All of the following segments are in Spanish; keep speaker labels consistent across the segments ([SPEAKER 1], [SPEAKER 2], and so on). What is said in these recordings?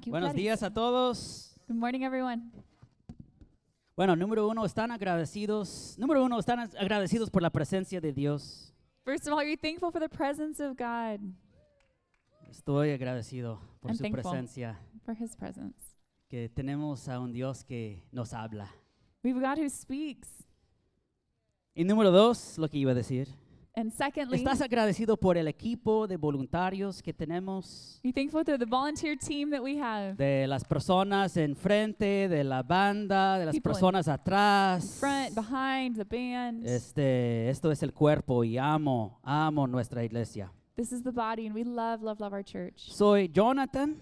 [SPEAKER 1] Thank you,
[SPEAKER 2] Buenos
[SPEAKER 1] Gladys.
[SPEAKER 2] días a todos.
[SPEAKER 1] Good morning, everyone.
[SPEAKER 2] Bueno, número uno, están agradecidos. Número uno, están as- agradecidos por la presencia de Dios.
[SPEAKER 1] First of all, you're thankful for the presence of God,
[SPEAKER 2] Estoy agradecido por
[SPEAKER 1] I'm
[SPEAKER 2] su
[SPEAKER 1] thankful.
[SPEAKER 2] presencia,
[SPEAKER 1] for His presence.
[SPEAKER 2] que tenemos a un Dios que nos habla.
[SPEAKER 1] We have a God who speaks.
[SPEAKER 2] Y número dos, lo que iba a decir.
[SPEAKER 1] And secondly,
[SPEAKER 2] Estás agradecido por el equipo de voluntarios que tenemos,
[SPEAKER 1] you're thankful for the volunteer team that we have
[SPEAKER 2] de las personas enfrente, de la banda, de las
[SPEAKER 1] People in-
[SPEAKER 2] personas
[SPEAKER 1] in
[SPEAKER 2] atrás.
[SPEAKER 1] front, behind, the band.
[SPEAKER 2] Este, esto es el cuerpo y amo, amo nuestra iglesia.
[SPEAKER 1] This is the body, and we love, love, love our church.
[SPEAKER 2] Soy Jonathan.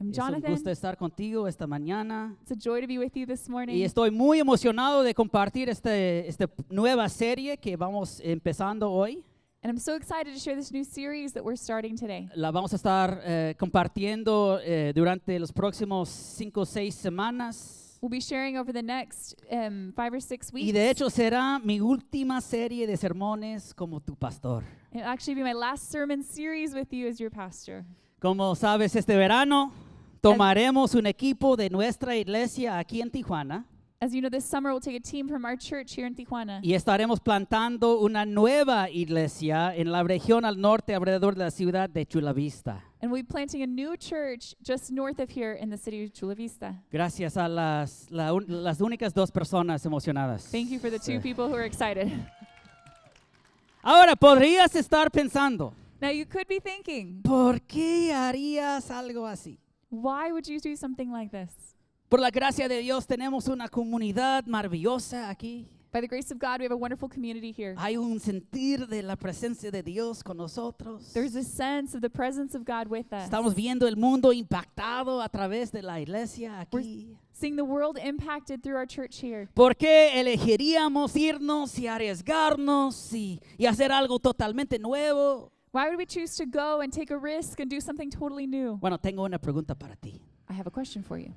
[SPEAKER 1] I'm
[SPEAKER 2] Es un gusto
[SPEAKER 1] Jonathan.
[SPEAKER 2] estar contigo esta mañana.
[SPEAKER 1] It's a joy to be with you this morning.
[SPEAKER 2] Y estoy muy emocionado de compartir esta este nueva serie que vamos empezando hoy.
[SPEAKER 1] And I'm so excited to share this new series that we're starting today.
[SPEAKER 2] La vamos a estar eh, compartiendo eh, durante los próximos cinco o seis semanas.
[SPEAKER 1] We'll be sharing over the next um, five or six weeks.
[SPEAKER 2] Y de hecho será mi última serie de sermones como tu pastor.
[SPEAKER 1] It'll actually be my last sermon series with you as your pastor.
[SPEAKER 2] Como sabes, este verano tomaremos un equipo de nuestra iglesia aquí en Tijuana
[SPEAKER 1] As you know, this summer we'll take a team from our church here in Tijuana.
[SPEAKER 2] y estaremos plantando una nueva iglesia en la región al norte alrededor de la ciudad de Chula Vista.
[SPEAKER 1] And we'll be planting a new church just north of here in the city of Chula Vista.
[SPEAKER 2] Gracias a las, la un- las únicas dos personas emocionadas.
[SPEAKER 1] Thank you for the two
[SPEAKER 2] Sí.
[SPEAKER 1] people who are excited.
[SPEAKER 2] Ahora, podrías estar pensando,
[SPEAKER 1] Now, you could be thinking,
[SPEAKER 2] ¿por qué harías algo así?
[SPEAKER 1] why would you do something like this?
[SPEAKER 2] Por la gracia de Dios tenemos una comunidad maravillosa aquí.
[SPEAKER 1] By the grace of God, we have a wonderful community here.
[SPEAKER 2] Hay un sentir de la presencia de Dios con nosotros.
[SPEAKER 1] There's a sense of the presence of God with us.
[SPEAKER 2] Estamos viendo el mundo impactado a través de la iglesia aquí.
[SPEAKER 1] Seeing the world impacted through our church here.
[SPEAKER 2] ¿Por qué elegiríamos irnos y arriesgarnos y- y hacer algo totalmente nuevo?
[SPEAKER 1] Why would we choose to go and take a risk and do something totally new?
[SPEAKER 2] Bueno, tengo una pregunta para ti.
[SPEAKER 1] I have a question for you.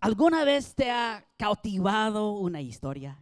[SPEAKER 2] ¿Alguna vez te ha cautivado una historia?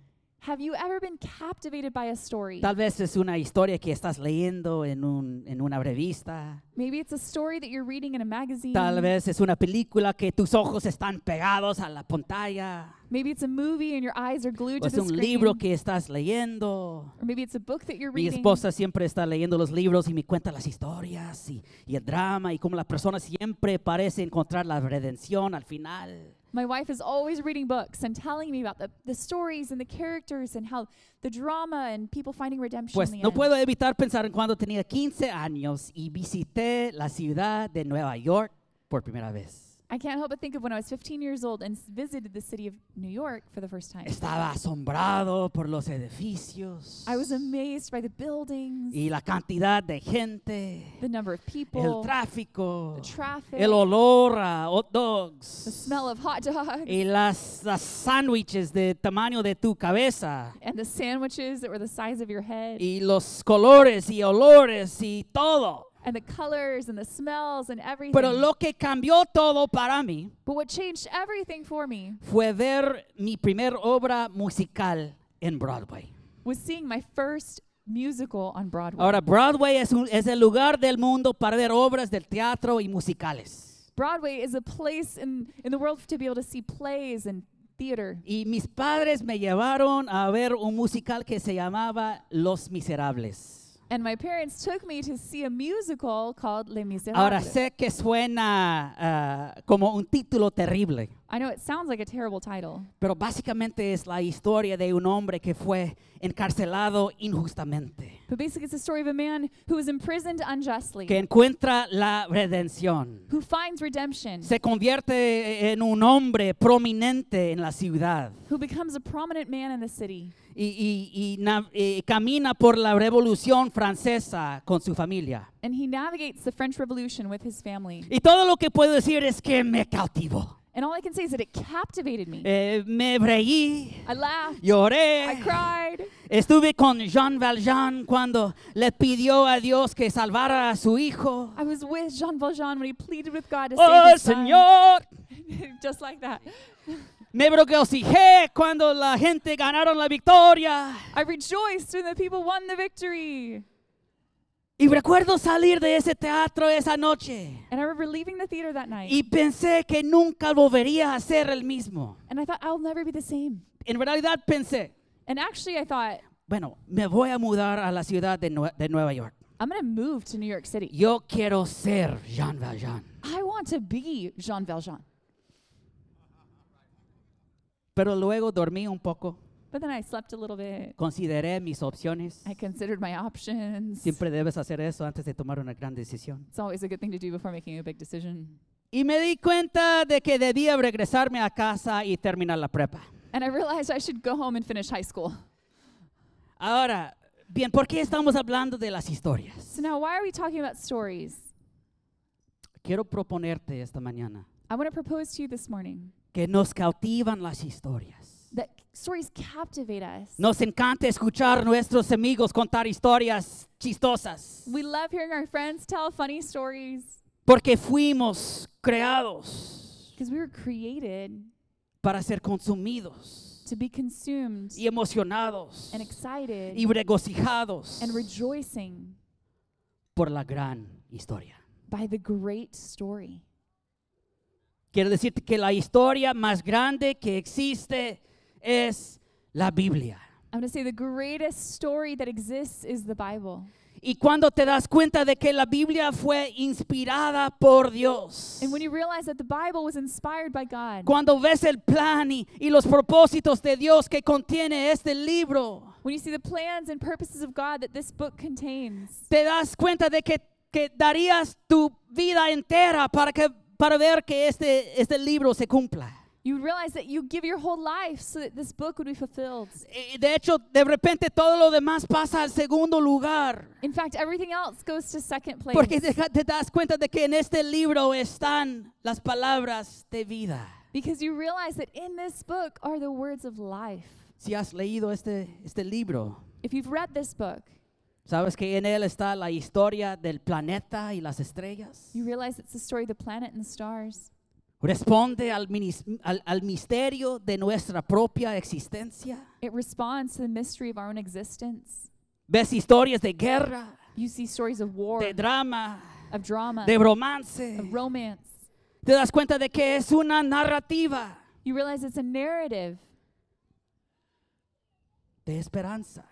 [SPEAKER 1] Have you ever been captivated by a story?
[SPEAKER 2] Tal vez es una historia que estás leyendo en, un- en una revista.
[SPEAKER 1] Maybe it's a story that you're reading in a magazine.
[SPEAKER 2] Tal vez es una película que tus ojos están pegados a la pantalla.
[SPEAKER 1] Maybe it's a movie and your eyes are glued
[SPEAKER 2] O es
[SPEAKER 1] to the
[SPEAKER 2] un
[SPEAKER 1] screen.
[SPEAKER 2] libro que estás leyendo.
[SPEAKER 1] or maybe it's a book that you're
[SPEAKER 2] Mi
[SPEAKER 1] reading.
[SPEAKER 2] esposa siempre está leyendo los libros y me cuenta las historias y, y el drama y cómo la persona siempre parece encontrar la redención al final.
[SPEAKER 1] My wife is always reading books and telling me about the, the stories and the characters and how the drama and people finding redemption.
[SPEAKER 2] Pues
[SPEAKER 1] in the
[SPEAKER 2] no
[SPEAKER 1] end.
[SPEAKER 2] puedo evitar pensar en cuando tenía 15 años y visité la ciudad de Nueva York por primera vez.
[SPEAKER 1] I can't help but think of when I was 15 years old and s- visited the city of New York for the first time.
[SPEAKER 2] Estaba asombrado por los edificios
[SPEAKER 1] I was amazed by the buildings,
[SPEAKER 2] y la cantidad de gente,
[SPEAKER 1] the number of
[SPEAKER 2] el
[SPEAKER 1] people,
[SPEAKER 2] tráfico,
[SPEAKER 1] the traffic,
[SPEAKER 2] el olor a hot
[SPEAKER 1] the
[SPEAKER 2] dogs
[SPEAKER 1] smell of hot dogs,
[SPEAKER 2] y las las sándwiches de tamaño de tu cabeza
[SPEAKER 1] and the sandwiches that were the size of your head,
[SPEAKER 2] y los colores y olores y todo.
[SPEAKER 1] and the colors and the smells and everything.
[SPEAKER 2] Pero lo que cambió todo para mí
[SPEAKER 1] But what changed everything for me
[SPEAKER 2] fue ver mi primer obra musical en Broadway.
[SPEAKER 1] was seeing my first musical on Broadway.
[SPEAKER 2] Ahora, Broadway es, un- es el lugar del mundo para ver obras del teatro y musicales.
[SPEAKER 1] Broadway is a place in, in the world to be able to see plays and theater.
[SPEAKER 2] Y mis padres me llevaron a ver un musical que se llamaba Los Miserables.
[SPEAKER 1] And my parents took me to see a musical called Les
[SPEAKER 2] Ahora
[SPEAKER 1] Miserables.
[SPEAKER 2] sé que suena ah, como un título terrible,
[SPEAKER 1] I know it sounds like a terrible title,
[SPEAKER 2] pero básicamente es la historia de un hombre que fue encarcelado injustamente,
[SPEAKER 1] but basically it's the story of a man who is imprisoned unjustly,
[SPEAKER 2] que encuentra la redención.
[SPEAKER 1] who finds redemption,
[SPEAKER 2] se convierte en un hombre prominente en la ciudad
[SPEAKER 1] who becomes a prominent man in the city,
[SPEAKER 2] y, y- y na- eh, camina por la revolución francesa con su familia.
[SPEAKER 1] and he navigates the French Revolution with his family.
[SPEAKER 2] Y todo lo que puedo decir es que me cautivó.
[SPEAKER 1] And all I can say is that it captivated me.
[SPEAKER 2] Eh, me reí,
[SPEAKER 1] I laughed, I
[SPEAKER 2] lloré.
[SPEAKER 1] cried.
[SPEAKER 2] Estuve con Jean Valjean cuando le pidió a Dios que salvara a su hijo.
[SPEAKER 1] I was with Jean Valjean when he pleaded with God to save
[SPEAKER 2] Oh,
[SPEAKER 1] his son.
[SPEAKER 2] Señor,
[SPEAKER 1] Just like that.
[SPEAKER 2] me regocijé cuando la gente ganaron la victoria.
[SPEAKER 1] I rejoiced when the people won the victory.
[SPEAKER 2] Y recuerdo salir de ese teatro esa noche
[SPEAKER 1] And I remember leaving the theater that night.
[SPEAKER 2] y pensé que nunca volvería a ser el mismo.
[SPEAKER 1] and I thought, I'll never be the same.
[SPEAKER 2] En realidad pensé,
[SPEAKER 1] And actually, I thought,
[SPEAKER 2] bueno, me voy a mudar a la ciudad de, Nue- de Nueva York.
[SPEAKER 1] I'm going to move to New York City.
[SPEAKER 2] Yo quiero ser Jean Valjean.
[SPEAKER 1] I want to be Jean Valjean.
[SPEAKER 2] Pero luego dormí un poco,
[SPEAKER 1] But then I slept a little bit.
[SPEAKER 2] consideré mis opciones.
[SPEAKER 1] I considered my options.
[SPEAKER 2] Siempre debes hacer eso antes de tomar una gran decisión.
[SPEAKER 1] It's always a good thing to do before making a big decision.
[SPEAKER 2] Y me di cuenta de que debía regresarme a casa y terminar la prepa.
[SPEAKER 1] And I realized I should go home and finish high school.
[SPEAKER 2] Ahora, bien, ¿por qué estamos hablando de las historias?
[SPEAKER 1] So now, why are we talking about stories?
[SPEAKER 2] Quiero proponerte esta mañana
[SPEAKER 1] I want to propose to you this morning
[SPEAKER 2] que nos cautivan las historias.
[SPEAKER 1] that stories captivate us.
[SPEAKER 2] Nos encanta escuchar a nuestros amigos contar historias chistosas,
[SPEAKER 1] We love hearing our friends tell funny stories
[SPEAKER 2] porque fuimos creados
[SPEAKER 1] because we were created
[SPEAKER 2] para ser consumidos
[SPEAKER 1] to be consumed
[SPEAKER 2] y emocionados
[SPEAKER 1] and excited
[SPEAKER 2] y regocijados
[SPEAKER 1] and rejoicing
[SPEAKER 2] por la gran historia.
[SPEAKER 1] by the great story.
[SPEAKER 2] Quiero decirte que la historia más grande que existe es la Biblia.
[SPEAKER 1] I'm going to say the greatest story that exists is the Bible.
[SPEAKER 2] Y cuando te das cuenta de que la Biblia fue inspirada por Dios,
[SPEAKER 1] And when you realize that the Bible was inspired by God,
[SPEAKER 2] cuando ves el plan y, y los propósitos de Dios que contiene este libro,
[SPEAKER 1] when you see the plans and purposes of God that this book contains,
[SPEAKER 2] te das cuenta de que, que darías tu vida entera para, que, para ver que este, este libro se cumpla.
[SPEAKER 1] you would realize that you give your whole life so that this book would be fulfilled.
[SPEAKER 2] Y Eh, de hecho, de repente todo lo demás pasa al segundo lugar.
[SPEAKER 1] In fact, everything else goes to second place.
[SPEAKER 2] Porque deja- te das cuenta de que en este libro están las palabras de vida.
[SPEAKER 1] Because you realize that in this book are the words of life.
[SPEAKER 2] Si has leído este, este libro,
[SPEAKER 1] If you've read this book,
[SPEAKER 2] sabes que en él está la historia del planeta y las estrellas.
[SPEAKER 1] you realize it's the story of the planet and the stars.
[SPEAKER 2] Responde al, minis- al- al misterio de nuestra propia existencia.
[SPEAKER 1] It responds to the mystery of our own existence.
[SPEAKER 2] Ves historias de guerra,
[SPEAKER 1] You see stories of war,
[SPEAKER 2] de drama,
[SPEAKER 1] of drama,
[SPEAKER 2] de romance.
[SPEAKER 1] of romance.
[SPEAKER 2] Te das cuenta de que es una narrativa
[SPEAKER 1] You realize it's a narrative
[SPEAKER 2] de esperanza,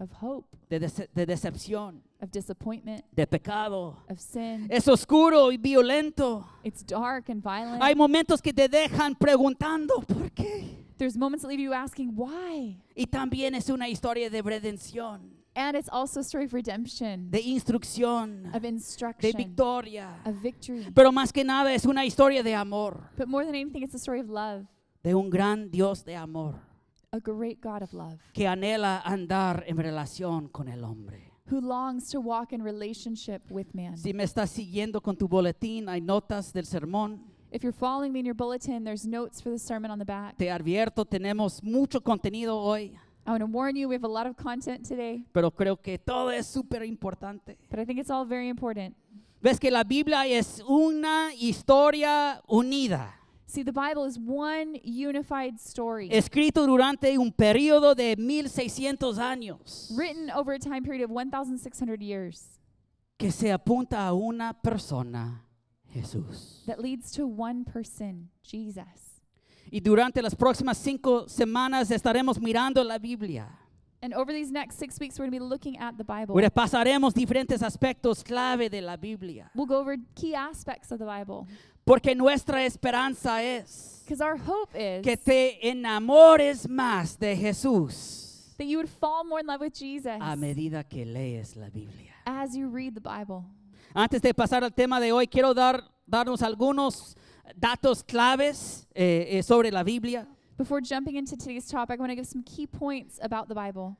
[SPEAKER 1] of hope,
[SPEAKER 2] de dece- de decepción,
[SPEAKER 1] of disappointment,
[SPEAKER 2] de pecado.
[SPEAKER 1] of sin.
[SPEAKER 2] Es oscuro y violento.
[SPEAKER 1] It's dark and violent.
[SPEAKER 2] Hay momentos que te dejan preguntando por qué.
[SPEAKER 1] There's moments that leave you asking why.
[SPEAKER 2] Y también es una historia de redención,
[SPEAKER 1] And it's also a story of redemption,
[SPEAKER 2] de instrucción,
[SPEAKER 1] of
[SPEAKER 2] de
[SPEAKER 1] instruction,
[SPEAKER 2] victoria.
[SPEAKER 1] of victory.
[SPEAKER 2] Pero más que nada es una historia de amor,
[SPEAKER 1] But more than anything, it's a story of love,
[SPEAKER 2] de un gran Dios de amor
[SPEAKER 1] a great God of love
[SPEAKER 2] que anhela andar en relación con el hombre.
[SPEAKER 1] who longs to walk in relationship with man.
[SPEAKER 2] Si me estás siguiendo con tu boletín, hay notas del sermón.
[SPEAKER 1] If you're following me in your bulletin, there's notes for the sermon on the back.
[SPEAKER 2] Te advierto, tenemos mucho contenido hoy,
[SPEAKER 1] I want to warn you, we have a lot of content today,
[SPEAKER 2] pero creo que todo es súper importante.
[SPEAKER 1] but I think it's all very important.
[SPEAKER 2] Ves que la Biblia es una historia unida.
[SPEAKER 1] See, the Bible is one unified story
[SPEAKER 2] escrito durante un periodo de 1600 años,
[SPEAKER 1] written over a time period of 1,600 years
[SPEAKER 2] que se apunta a una persona, Jesús.
[SPEAKER 1] that leads to one person, Jesus.
[SPEAKER 2] Y durante las próximas cinco semanas estaremos mirando la Biblia.
[SPEAKER 1] And over these next six weeks, we're going to be looking at the Bible.
[SPEAKER 2] Repasaremos Pues diferentes aspectos clave de la Biblia,
[SPEAKER 1] We'll go over key aspects of the Bible
[SPEAKER 2] porque nuestra esperanza es
[SPEAKER 1] because our hope is
[SPEAKER 2] que te enamores más de Jesús
[SPEAKER 1] that you would fall more in love with Jesus
[SPEAKER 2] a medida que lees la Biblia.
[SPEAKER 1] as you read the Bible.
[SPEAKER 2] Antes de pasar al tema de hoy, quiero dar, darnos algunos datos claves eh, eh, sobre la Biblia.
[SPEAKER 1] Before jumping into today's topic, I want to give some key points about the Bible.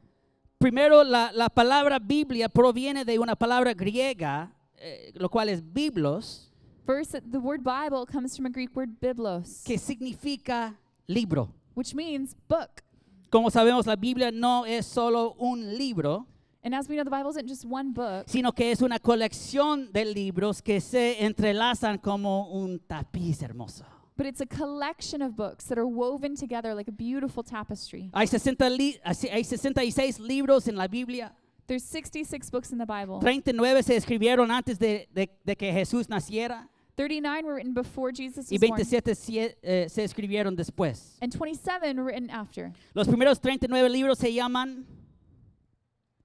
[SPEAKER 2] Primero, la, la palabra Biblia proviene de una palabra griega, eh, lo cual es biblos,
[SPEAKER 1] First, that the word Bible comes from a Greek word biblos,
[SPEAKER 2] que significa libro.
[SPEAKER 1] which means book.
[SPEAKER 2] Como sabemos, la Biblia no es solo un libro,
[SPEAKER 1] And as we know, the Bible isn't just one book,
[SPEAKER 2] sino que es una colección de libros que se entrelazan como un tapiz hermoso.
[SPEAKER 1] but it's a collection of books that are woven together like a beautiful tapestry.
[SPEAKER 2] Hay, 60 li- hay 66 libros en la Biblia.
[SPEAKER 1] There's 66 books in the Bible.
[SPEAKER 2] 39 se escribieron antes de, de- de que Jesús naciera
[SPEAKER 1] 39 were written before Jesus
[SPEAKER 2] y
[SPEAKER 1] was born.
[SPEAKER 2] 27 sie- eh, se escribieron después.
[SPEAKER 1] And 27 were written after.
[SPEAKER 2] Los primeros 39 libros se llaman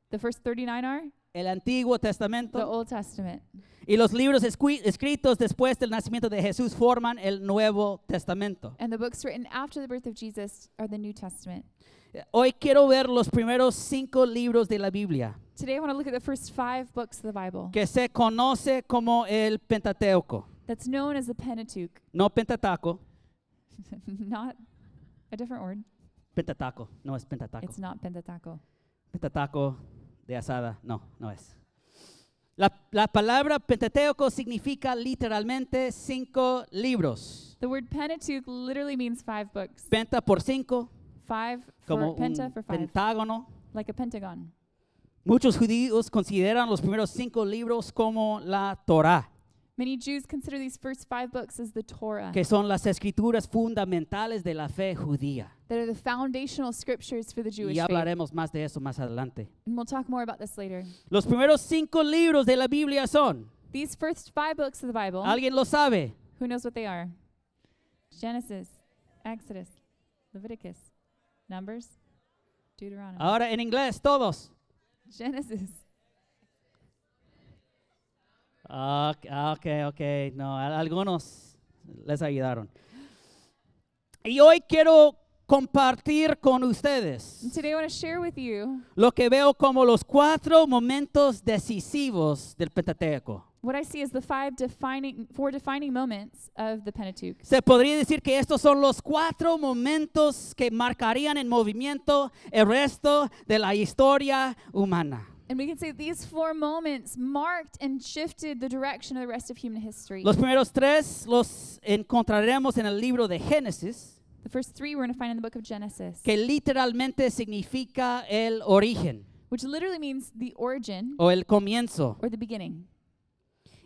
[SPEAKER 1] The first 39 are
[SPEAKER 2] el Antiguo
[SPEAKER 1] the
[SPEAKER 2] Testamento
[SPEAKER 1] Old Testament.
[SPEAKER 2] y los libros escui- escritos después del nacimiento de Jesús forman el Nuevo Testamento.
[SPEAKER 1] And the books written after the birth of Jesus are the New Testament.
[SPEAKER 2] Eh, Hoy quiero ver los primeros cinco libros de la Biblia
[SPEAKER 1] Today I want to look at the first five books of the Bible
[SPEAKER 2] que se conoce como el Pentateuco,
[SPEAKER 1] that's known as the Pentateuch.
[SPEAKER 2] no Pentataco,
[SPEAKER 1] not a different word.
[SPEAKER 2] Pentataco, no es Pentataco.
[SPEAKER 1] It's not Pentateuch.
[SPEAKER 2] Pentataco de asada, no, no es. La, la palabra Pentateuco significa literalmente cinco libros.
[SPEAKER 1] The word Pentateuch literally means five books.
[SPEAKER 2] Penta por cinco,
[SPEAKER 1] Five for
[SPEAKER 2] como
[SPEAKER 1] penta
[SPEAKER 2] un
[SPEAKER 1] for five,
[SPEAKER 2] pentágono.
[SPEAKER 1] like a pentagon.
[SPEAKER 2] Muchos judíos consideran los primeros cinco libros como la Torá,
[SPEAKER 1] Many Jews consider these first five books as the Torah,
[SPEAKER 2] que son las escrituras fundamentales de la fe judía.
[SPEAKER 1] that are the foundational scriptures for the Jewish
[SPEAKER 2] Y
[SPEAKER 1] faith.
[SPEAKER 2] hablaremos más de eso más adelante.
[SPEAKER 1] And we'll talk more about this later.
[SPEAKER 2] Los primeros cinco libros de la Biblia son,
[SPEAKER 1] These first five books of the Bible,
[SPEAKER 2] ¿alguien lo sabe?
[SPEAKER 1] who knows what they are? Genesis, Exodus, Leviticus, Numbers, Deuteronomy.
[SPEAKER 2] Ahora en inglés, todos.
[SPEAKER 1] Genesis,
[SPEAKER 2] Ah, ok, ah, ok, ok. No, a- algunos les ayudaron. Y hoy quiero compartir con
[SPEAKER 1] And
[SPEAKER 2] ustedes
[SPEAKER 1] today I want to share with you
[SPEAKER 2] lo que veo como los cuatro momentos decisivos del Pentateuco.
[SPEAKER 1] what I see as the five defining four defining moments of the Pentateuch.
[SPEAKER 2] Se podría decir que estos son los cuatro momentos que marcarían en movimiento el resto de la historia humana.
[SPEAKER 1] And we can say these four moments marked and shifted the direction of the rest of human history.
[SPEAKER 2] Los primeros tres los encontraremos en el libro de Génesis,
[SPEAKER 1] the first three we're going to find in the book of Genesis,
[SPEAKER 2] que literalmente significa el origen.
[SPEAKER 1] which literally means the origin
[SPEAKER 2] o el comienzo.
[SPEAKER 1] or the beginning.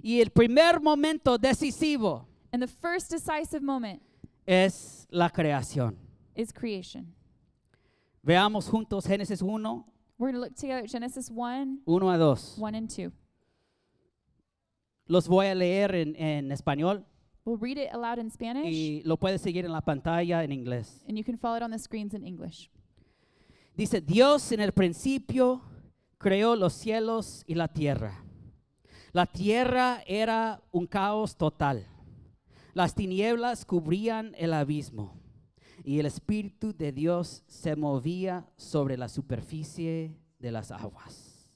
[SPEAKER 2] Y el primer momento decisivo
[SPEAKER 1] And the first decisive moment
[SPEAKER 2] es la creación.
[SPEAKER 1] is creation.
[SPEAKER 2] Veamos juntos Génesis 1,
[SPEAKER 1] We're going to look together at Genesis 1,
[SPEAKER 2] 1 a 2.
[SPEAKER 1] 1 and 2.
[SPEAKER 2] Los voy a leer en, en español
[SPEAKER 1] We'll read it aloud in Spanish,
[SPEAKER 2] y lo puedes seguir en la pantalla en inglés.
[SPEAKER 1] and you can follow it on the screens in English.
[SPEAKER 2] Dice, Dios en el principio creó los cielos y la tierra. La tierra era un caos total. Las tinieblas cubrían el abismo y el Espíritu de Dios se movía sobre la superficie de las aguas.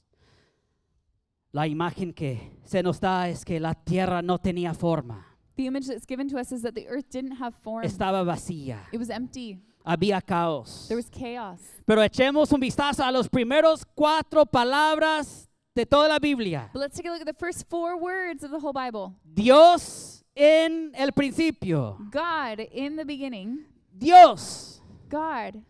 [SPEAKER 2] La imagen que se nos da es que la tierra no tenía forma,
[SPEAKER 1] The image that's given to us is that the earth didn't have form,
[SPEAKER 2] estaba vacía,
[SPEAKER 1] it was empty,
[SPEAKER 2] había caos.
[SPEAKER 1] there was chaos.
[SPEAKER 2] Pero echemos un vistazo a los primeros cuatro palabras de toda la Biblia.
[SPEAKER 1] But let's take a look at the first four words of the whole Bible
[SPEAKER 2] Dios en el principio.
[SPEAKER 1] God in the beginning.
[SPEAKER 2] Dios.
[SPEAKER 1] God.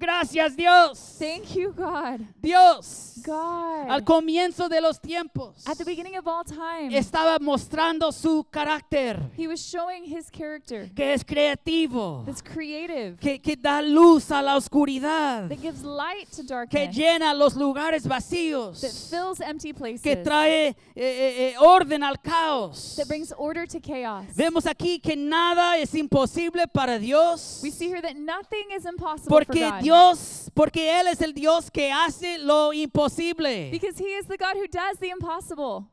[SPEAKER 2] Gracias Dios.
[SPEAKER 1] Thank you, God.
[SPEAKER 2] Dios. Al
[SPEAKER 1] God.
[SPEAKER 2] comienzo de los tiempos.
[SPEAKER 1] At the beginning of all time,
[SPEAKER 2] Estaba mostrando su carácter,
[SPEAKER 1] He was showing His character
[SPEAKER 2] que es creativo,
[SPEAKER 1] that's creative,
[SPEAKER 2] que, que da luz a la oscuridad,
[SPEAKER 1] that gives light to
[SPEAKER 2] que
[SPEAKER 1] darkness,
[SPEAKER 2] llena los lugares
[SPEAKER 1] that
[SPEAKER 2] vacíos,
[SPEAKER 1] fills empty
[SPEAKER 2] que
[SPEAKER 1] places, that
[SPEAKER 2] trae eh, eh, eh, orden al caos.
[SPEAKER 1] brings order to chaos.
[SPEAKER 2] Vemos aquí que nada es imposible para Dios.
[SPEAKER 1] We see here that nothing is impossible for
[SPEAKER 2] Porque
[SPEAKER 1] God.
[SPEAKER 2] Dios, porque Él es el Dios que hace lo imposible.
[SPEAKER 1] Because He is the God who does the impossible.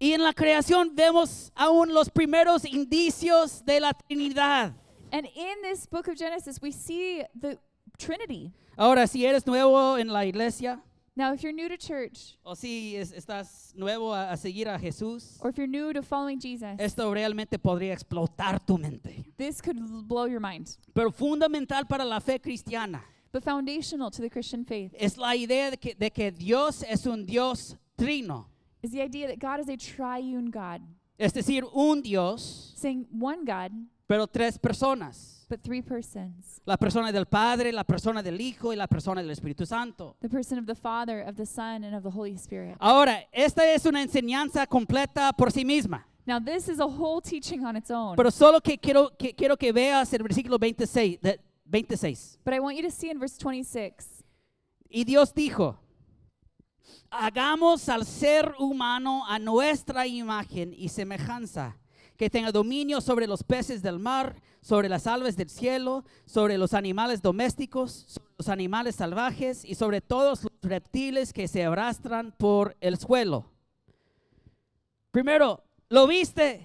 [SPEAKER 2] Y en la creación vemos aún los primeros indicios de la Trinidad.
[SPEAKER 1] And in this book of Genesis, we see the Trinity.
[SPEAKER 2] Ahora, si eres nuevo en la iglesia
[SPEAKER 1] Now, if you're new to church,
[SPEAKER 2] o si es- estás nuevo a, a seguir a Jesús,
[SPEAKER 1] or if you're new to following Jesus,
[SPEAKER 2] esto realmente podría explotar tu mente.
[SPEAKER 1] this could l- blow your mind.
[SPEAKER 2] Pero fundamental para la fe cristiana
[SPEAKER 1] But foundational to the Christian faith
[SPEAKER 2] es la idea de que, de que Dios es un Dios trino.
[SPEAKER 1] is the idea that God is a triune God,
[SPEAKER 2] Es decir, un Dios
[SPEAKER 1] saying one God,
[SPEAKER 2] pero tres personas.
[SPEAKER 1] but three persons
[SPEAKER 2] La persona del Padre, la persona del Hijo y la persona del Espíritu Santo.
[SPEAKER 1] the person of the Father, of the Son, and of the Holy Spirit.
[SPEAKER 2] Ahora, esta es una enseñanza completa por sí misma,
[SPEAKER 1] Now, this is a whole teaching on its own.
[SPEAKER 2] pero solo que quiero que, quiero que veas el versículo 26, de- 26.
[SPEAKER 1] But I want you to see in verse 26
[SPEAKER 2] Y Dios dijo, Hagamos al ser humano a nuestra imagen y semejanza, que tenga dominio sobre los peces del mar, sobre las aves del cielo, sobre los animales domésticos, sobre los animales salvajes y sobre todos los reptiles que se arrastran por el suelo. Primero, ¿lo viste?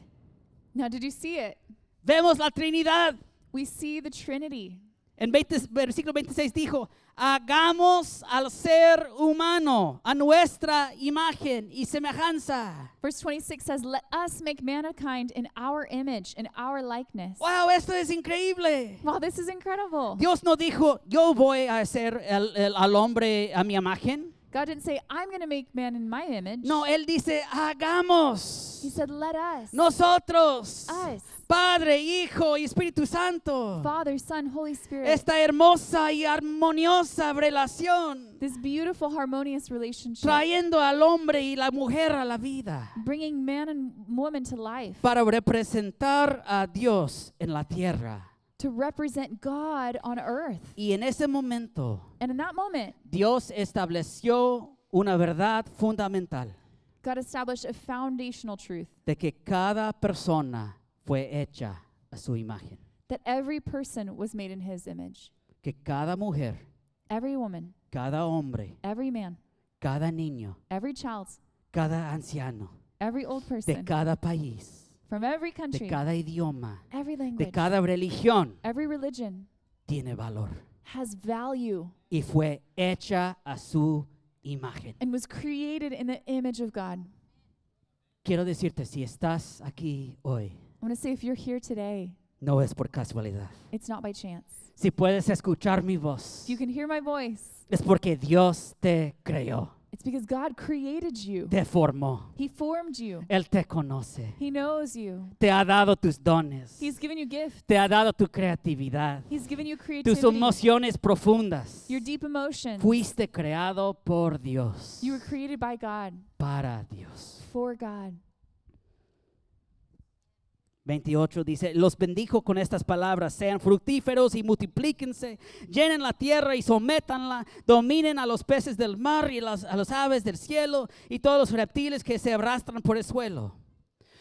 [SPEAKER 1] Now, did you see it?
[SPEAKER 2] Vemos la Trinidad.
[SPEAKER 1] We see the Trinity.
[SPEAKER 2] En 20 versículo 26 dijo, hagamos al ser humano a nuestra imagen y semejanza.
[SPEAKER 1] Verse 26 says, Let us make mankind in our image, in our likeness.
[SPEAKER 2] ¡Wow! Esto es increíble.
[SPEAKER 1] Wow, this is incredible.
[SPEAKER 2] Dios no dijo, yo voy a hacer el- el- al hombre a mi imagen.
[SPEAKER 1] God didn't say, I'm going to make man in my image.
[SPEAKER 2] No, Él dice,
[SPEAKER 1] He
[SPEAKER 2] hagamos.
[SPEAKER 1] said, Let us.
[SPEAKER 2] Nosotros,
[SPEAKER 1] Us.
[SPEAKER 2] Padre, Hijo y Espíritu Santo,
[SPEAKER 1] Father, Son, Holy Spirit.
[SPEAKER 2] esta hermosa y armoniosa relación,
[SPEAKER 1] this beautiful, harmonious relationship.
[SPEAKER 2] trayendo al hombre y la mujer a la vida.
[SPEAKER 1] bringing man and woman to life.
[SPEAKER 2] para representar a Dios en la tierra.
[SPEAKER 1] to represent God on earth.
[SPEAKER 2] Y en ese momento,
[SPEAKER 1] And in that moment,
[SPEAKER 2] Dios estableció una verdad fundamental
[SPEAKER 1] God established a foundational truth
[SPEAKER 2] de que cada persona fue hecha a su imagen,
[SPEAKER 1] that every person was made in his image.
[SPEAKER 2] que cada mujer,
[SPEAKER 1] Every woman,
[SPEAKER 2] cada hombre,
[SPEAKER 1] every man,
[SPEAKER 2] cada niño,
[SPEAKER 1] every child,
[SPEAKER 2] cada anciano,
[SPEAKER 1] every old
[SPEAKER 2] de
[SPEAKER 1] person
[SPEAKER 2] cada país,
[SPEAKER 1] from every
[SPEAKER 2] de
[SPEAKER 1] country,
[SPEAKER 2] cada idioma,
[SPEAKER 1] every
[SPEAKER 2] de
[SPEAKER 1] language,
[SPEAKER 2] cada religión,
[SPEAKER 1] every religion
[SPEAKER 2] tiene valor
[SPEAKER 1] has value
[SPEAKER 2] y fue hecha a su imagen.
[SPEAKER 1] and was created in the image of God.
[SPEAKER 2] Quiero decirte, si estás aquí hoy,
[SPEAKER 1] I want to say if you're here today,
[SPEAKER 2] no es por casualidad.
[SPEAKER 1] it's not by chance.
[SPEAKER 2] Si puedes escuchar mi voz,
[SPEAKER 1] If you can hear my voice,
[SPEAKER 2] es porque Dios te creó,
[SPEAKER 1] it's because God created you.
[SPEAKER 2] te formó,
[SPEAKER 1] He formed you.
[SPEAKER 2] Él te conoce,
[SPEAKER 1] He knows you.
[SPEAKER 2] te ha dado tus dones,
[SPEAKER 1] He's given you gifts.
[SPEAKER 2] te ha dado tu creatividad,
[SPEAKER 1] He's given you
[SPEAKER 2] tus
[SPEAKER 1] creativity,
[SPEAKER 2] emociones profundas.
[SPEAKER 1] your deep emotions.
[SPEAKER 2] Fuiste creado por Dios,
[SPEAKER 1] You were created by God,
[SPEAKER 2] para Dios.
[SPEAKER 1] for God.
[SPEAKER 2] 28 dice, los bendijo con estas palabras, sean fructíferos y multiplíquense, llenen la tierra y sométanla, dominen a los peces del mar y las- a las aves del cielo y todos los reptiles que se arrastran por el suelo.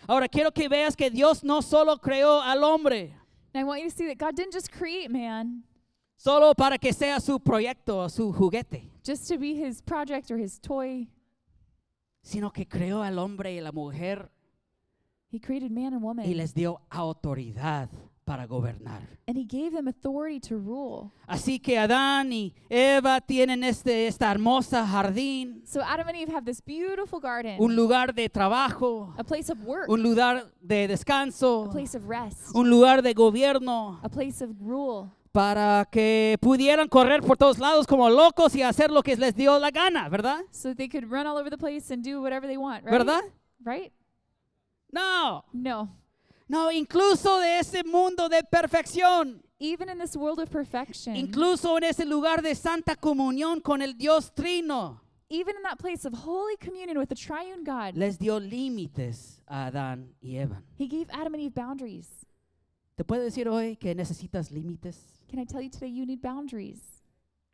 [SPEAKER 2] Ahora quiero que veas que Dios no solo creó al hombre,
[SPEAKER 1] And I want you to see that God didn't just create man
[SPEAKER 2] solo para que sea su proyecto o su juguete,
[SPEAKER 1] just to be his project or his toy.
[SPEAKER 2] sino que creó al hombre y la mujer
[SPEAKER 1] He created man and woman,
[SPEAKER 2] y les dio autoridad para gobernar.
[SPEAKER 1] and he gave them authority to rule.
[SPEAKER 2] Así que Adán y Eva tienen este, esta hermosa jardín.
[SPEAKER 1] So Adam and Eve have this beautiful garden,
[SPEAKER 2] un lugar de trabajo,
[SPEAKER 1] a place of work,
[SPEAKER 2] un lugar de
[SPEAKER 1] a
[SPEAKER 2] descanso,
[SPEAKER 1] place of rest,
[SPEAKER 2] un lugar de gobierno,
[SPEAKER 1] a place of rule,
[SPEAKER 2] para que pudieran correr por todos lados como locos y hacer lo que les dio la gana, ¿verdad?
[SPEAKER 1] so that they could run all over the place and do whatever they want, right?
[SPEAKER 2] ¿Verdad?
[SPEAKER 1] Right?
[SPEAKER 2] No,
[SPEAKER 1] No.
[SPEAKER 2] no, incluso de ese mundo de perfección,
[SPEAKER 1] Even in this world of perfection,
[SPEAKER 2] incluso en ese lugar de santa comunión con el Dios Trino,
[SPEAKER 1] even in that place of holy communion with the triune God,
[SPEAKER 2] les dio límites a Adán y Eva.
[SPEAKER 1] he gave Adam and Eve boundaries.
[SPEAKER 2] ¿Te puedo decir hoy que necesitas límites?
[SPEAKER 1] Can I tell you today you need boundaries?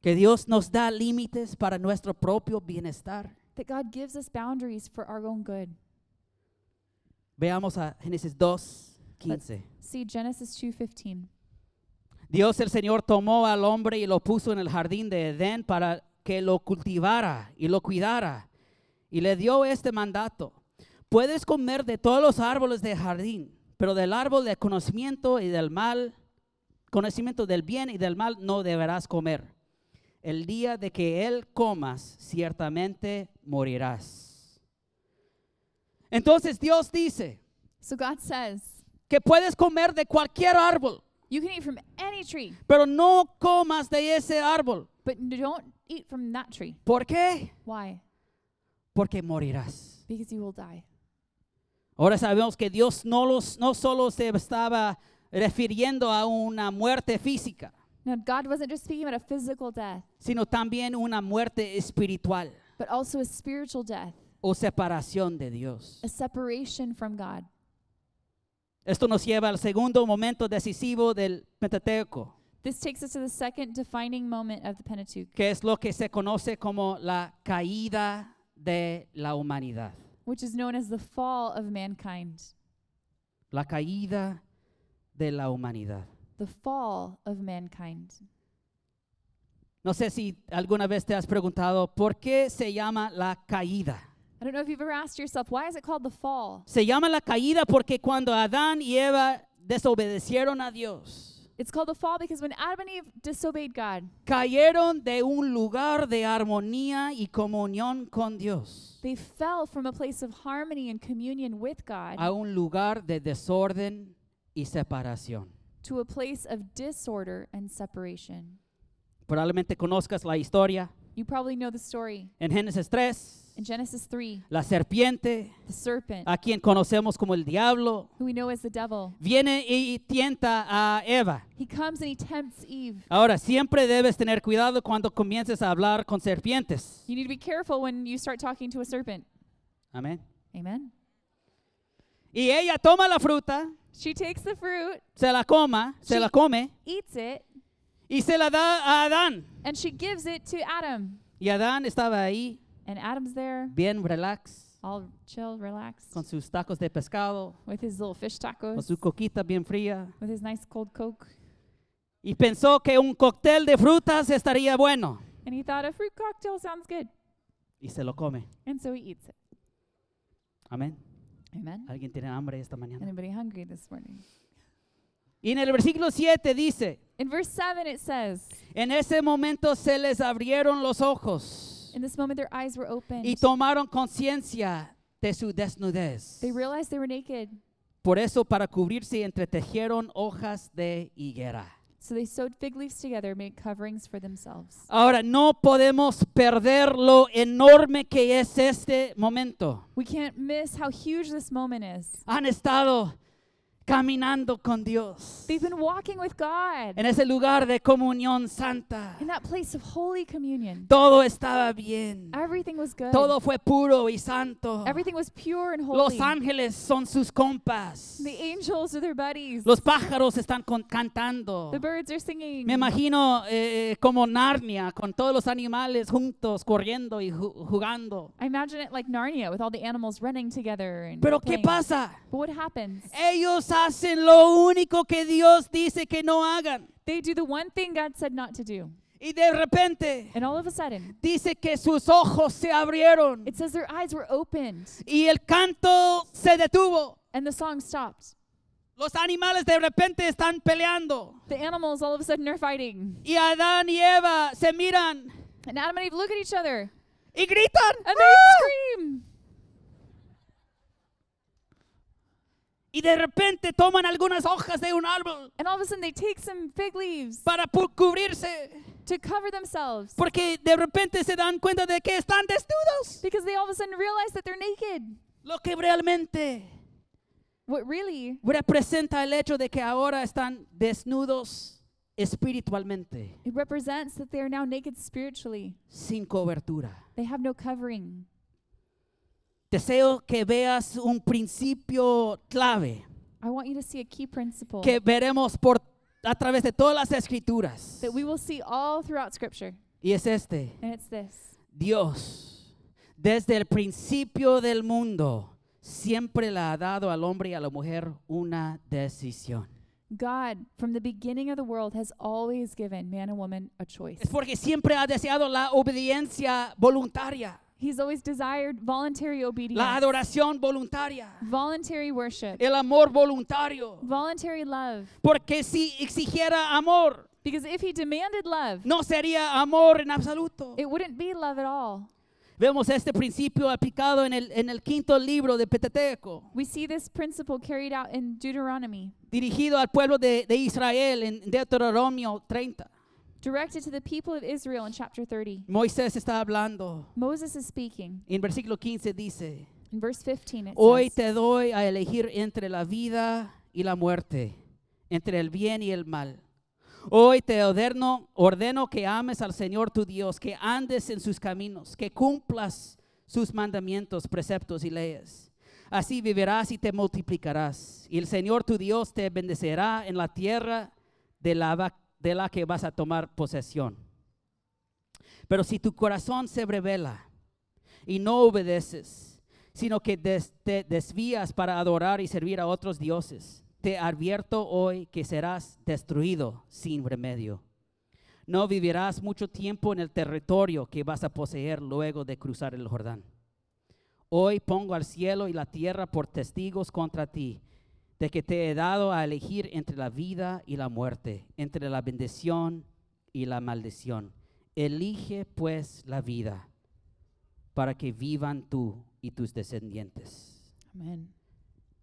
[SPEAKER 2] Que Dios nos da límites para nuestro propio bienestar.
[SPEAKER 1] that God gives us boundaries for our own good.
[SPEAKER 2] Veamos a Génesis 2, 15.
[SPEAKER 1] See Genesis 2:15.
[SPEAKER 2] Dios el Señor tomó al hombre y lo puso en el jardín de Edén para que lo cultivara y lo cuidara. Y le dio este mandato. Puedes comer de todos los árboles del jardín, pero del árbol del conocimiento y del mal, conocimiento del bien y del mal no deberás comer. El día de que él comas, ciertamente morirás. Entonces Dios dice
[SPEAKER 1] So God says,
[SPEAKER 2] que puedes comer de cualquier árbol.
[SPEAKER 1] you can eat from any tree,
[SPEAKER 2] pero no comas de ese árbol.
[SPEAKER 1] but n- don't eat from that tree.
[SPEAKER 2] ¿Por qué?
[SPEAKER 1] Why?
[SPEAKER 2] Porque morirás.
[SPEAKER 1] Because you will die.
[SPEAKER 2] Ahora sabemos que Dios no, los, no solo se estaba refiriendo a una muerte física,
[SPEAKER 1] Now God wasn't just speaking about a physical death,
[SPEAKER 2] sino también una muerte espiritual
[SPEAKER 1] but also a spiritual death,
[SPEAKER 2] o separación de Dios.
[SPEAKER 1] a separation from God.
[SPEAKER 2] Esto nos lleva al segundo momento decisivo del Pentateuco,
[SPEAKER 1] This takes us to the second defining moment of the Pentateuch,
[SPEAKER 2] que es lo que se conoce como la caída de la humanidad,
[SPEAKER 1] which is known as the fall of mankind.
[SPEAKER 2] la caída de la humanidad.
[SPEAKER 1] The fall of mankind.
[SPEAKER 2] No sé si alguna vez te has preguntado por qué se llama la caída.
[SPEAKER 1] I don't know if you've ever asked yourself, why is it called the fall?
[SPEAKER 2] Se llama la caída porque cuando Adán y Eva desobedecieron a Dios,
[SPEAKER 1] It's called the fall because when Adam and Eve disobeyed God,
[SPEAKER 2] cayeron de un lugar de armonía y comunión con Dios
[SPEAKER 1] they fell from a place of harmony and communion with God
[SPEAKER 2] a un lugar de desorden y separación.
[SPEAKER 1] to a place of disorder and separation.
[SPEAKER 2] Probablemente conozcas la historia.
[SPEAKER 1] You probably know the story.
[SPEAKER 2] En Génesis 3,
[SPEAKER 1] In Genesis 3,
[SPEAKER 2] la serpiente,
[SPEAKER 1] the serpent,
[SPEAKER 2] a quien conocemos como el diablo,
[SPEAKER 1] who we know as the devil,
[SPEAKER 2] viene y tienta a Eva.
[SPEAKER 1] he comes and he tempts Eve.
[SPEAKER 2] Ahora, siempre debes tener cuidado cuando comiences a hablar con serpientes.
[SPEAKER 1] You need to be careful when you start talking to a serpent.
[SPEAKER 2] Amén.
[SPEAKER 1] Amen.
[SPEAKER 2] Y ella toma la fruta,
[SPEAKER 1] She takes the fruit,
[SPEAKER 2] se la coma, se
[SPEAKER 1] Sí.
[SPEAKER 2] la come
[SPEAKER 1] eats it,
[SPEAKER 2] y se la da a Adán.
[SPEAKER 1] and she gives it to Adam.
[SPEAKER 2] Y Adán estaba ahí,
[SPEAKER 1] And Adam's there,
[SPEAKER 2] bien relax,
[SPEAKER 1] all chill, relaxed,
[SPEAKER 2] con sus tacos de pescado,
[SPEAKER 1] with his little fish
[SPEAKER 2] con
[SPEAKER 1] tacos,
[SPEAKER 2] su coquita bien fría.
[SPEAKER 1] with his nice cold Coke.
[SPEAKER 2] Y pensó que un cóctel de frutas estaría bueno.
[SPEAKER 1] And he thought a fruit cocktail sounds good.
[SPEAKER 2] Y se lo come.
[SPEAKER 1] And so he eats it.
[SPEAKER 2] Amén.
[SPEAKER 1] Amen.
[SPEAKER 2] ¿Alguien tiene hambre esta mañana?
[SPEAKER 1] Anybody hungry this morning?
[SPEAKER 2] Y en el versículo 7 dice,
[SPEAKER 1] In verse 7, it says,
[SPEAKER 2] en ese momento se les abrieron los ojos
[SPEAKER 1] In this moment, their eyes were opened.
[SPEAKER 2] y tomaron conciencia de su desnudez.
[SPEAKER 1] They realized they were naked.
[SPEAKER 2] Por eso para cubrirse entretejieron hojas de higuera.
[SPEAKER 1] So they sewed fig leaves together and made coverings for themselves.
[SPEAKER 2] Ahora no podemos perder lo enorme que es este momento.
[SPEAKER 1] We can't miss how huge this moment is.
[SPEAKER 2] Han estado caminando con Dios
[SPEAKER 1] They've been walking with God
[SPEAKER 2] en ese lugar de comunión santa.
[SPEAKER 1] in that place of holy communion.
[SPEAKER 2] Todo estaba bien.
[SPEAKER 1] Everything was good.
[SPEAKER 2] Todo fue puro y santo.
[SPEAKER 1] Everything was pure and holy.
[SPEAKER 2] Los ángeles son sus compas.
[SPEAKER 1] The angels are their buddies.
[SPEAKER 2] Los pájaros están con- cantando.
[SPEAKER 1] The birds are singing.
[SPEAKER 2] Me imagino eh, como Narnia, con todos los animales juntos, corriendo y ju- jugando.
[SPEAKER 1] I imagine it like Narnia with all the animals running together. And
[SPEAKER 2] Pero ¿qué
[SPEAKER 1] playing.
[SPEAKER 2] Eh. pasa?
[SPEAKER 1] But what happens?
[SPEAKER 2] Ellos hacen lo único que Dios dice que no hagan.
[SPEAKER 1] They do the one thing God said not to do.
[SPEAKER 2] Y de repente
[SPEAKER 1] And all of a sudden,
[SPEAKER 2] dice que sus ojos se abrieron
[SPEAKER 1] it says their eyes were opened
[SPEAKER 2] y el canto se detuvo.
[SPEAKER 1] and the song stopped.
[SPEAKER 2] Los animales de repente están peleando.
[SPEAKER 1] The animals all of a sudden are fighting.
[SPEAKER 2] Y Adán y Eva se miran
[SPEAKER 1] And Adam and Eve look at each other
[SPEAKER 2] y gritan.
[SPEAKER 1] and they
[SPEAKER 2] ¡Ah!
[SPEAKER 1] scream.
[SPEAKER 2] Y de repente toman algunas hojas de un árbol
[SPEAKER 1] And all of a sudden, they take some fig leaves
[SPEAKER 2] para pu- cubrirse.
[SPEAKER 1] to cover themselves
[SPEAKER 2] Porque de repente se dan cuenta de que están desnudos.
[SPEAKER 1] because they all of a sudden realize that they're naked.
[SPEAKER 2] Lo que realmente
[SPEAKER 1] What really
[SPEAKER 2] representa el hecho de que ahora están desnudos espiritualmente,
[SPEAKER 1] it represents that they are now naked spiritually.
[SPEAKER 2] sin cobertura.
[SPEAKER 1] They have no covering.
[SPEAKER 2] Deseo que veas un principio clave
[SPEAKER 1] I want you to see a key principle
[SPEAKER 2] que veremos por a través de todas las escrituras.
[SPEAKER 1] that we will see all throughout Scripture,
[SPEAKER 2] Y es este.
[SPEAKER 1] and it's this.
[SPEAKER 2] Dios, desde el principio del mundo, siempre le ha dado al hombre y a la mujer una decisión.
[SPEAKER 1] God, from the beginning of the world, has always given man and woman a choice.
[SPEAKER 2] Es porque siempre ha deseado la obediencia voluntaria,
[SPEAKER 1] He's always desired voluntary obedience,
[SPEAKER 2] la adoración voluntaria,
[SPEAKER 1] voluntary worship,
[SPEAKER 2] el amor voluntario.
[SPEAKER 1] voluntary love.
[SPEAKER 2] Porque si exigiera amor,
[SPEAKER 1] Because if he demanded love,
[SPEAKER 2] no sería amor en absoluto.
[SPEAKER 1] it wouldn't be love at all.
[SPEAKER 2] Vemos este principio aplicado en el, en el quinto libro de Peteteco,
[SPEAKER 1] We see this principle carried out in Deuteronomy,
[SPEAKER 2] dirigido al pueblo de, de Israel en Deuteronomio 30.
[SPEAKER 1] directed to the people of Israel in chapter 30.
[SPEAKER 2] Moisés está hablando.
[SPEAKER 1] Moses is speaking.
[SPEAKER 2] En versículo 15 dice,
[SPEAKER 1] In verse 15, it
[SPEAKER 2] hoy
[SPEAKER 1] says,
[SPEAKER 2] te doy a elegir entre la vida y la muerte, entre el bien y el mal. Hoy te ordeno, ordeno que ames al Señor tu Dios, que andes en sus caminos, que cumplas sus mandamientos, preceptos y leyes. Así vivirás y te multiplicarás. Y el Señor tu Dios te bendecerá en la tierra de la, va- de la que vas a tomar posesión. Pero si tu corazón se revela y no obedeces, sino que des- te desvías para adorar y servir a otros dioses. Te advierto hoy que serás destruido sin remedio. No vivirás mucho tiempo en el territorio que vas a poseer luego de cruzar el Jordán. Hoy pongo al cielo y la tierra por testigos contra ti, de que te he dado a elegir entre la vida y la muerte, entre la bendición y la maldición. Elige pues la vida para que vivan tú y tus descendientes.
[SPEAKER 1] Amen.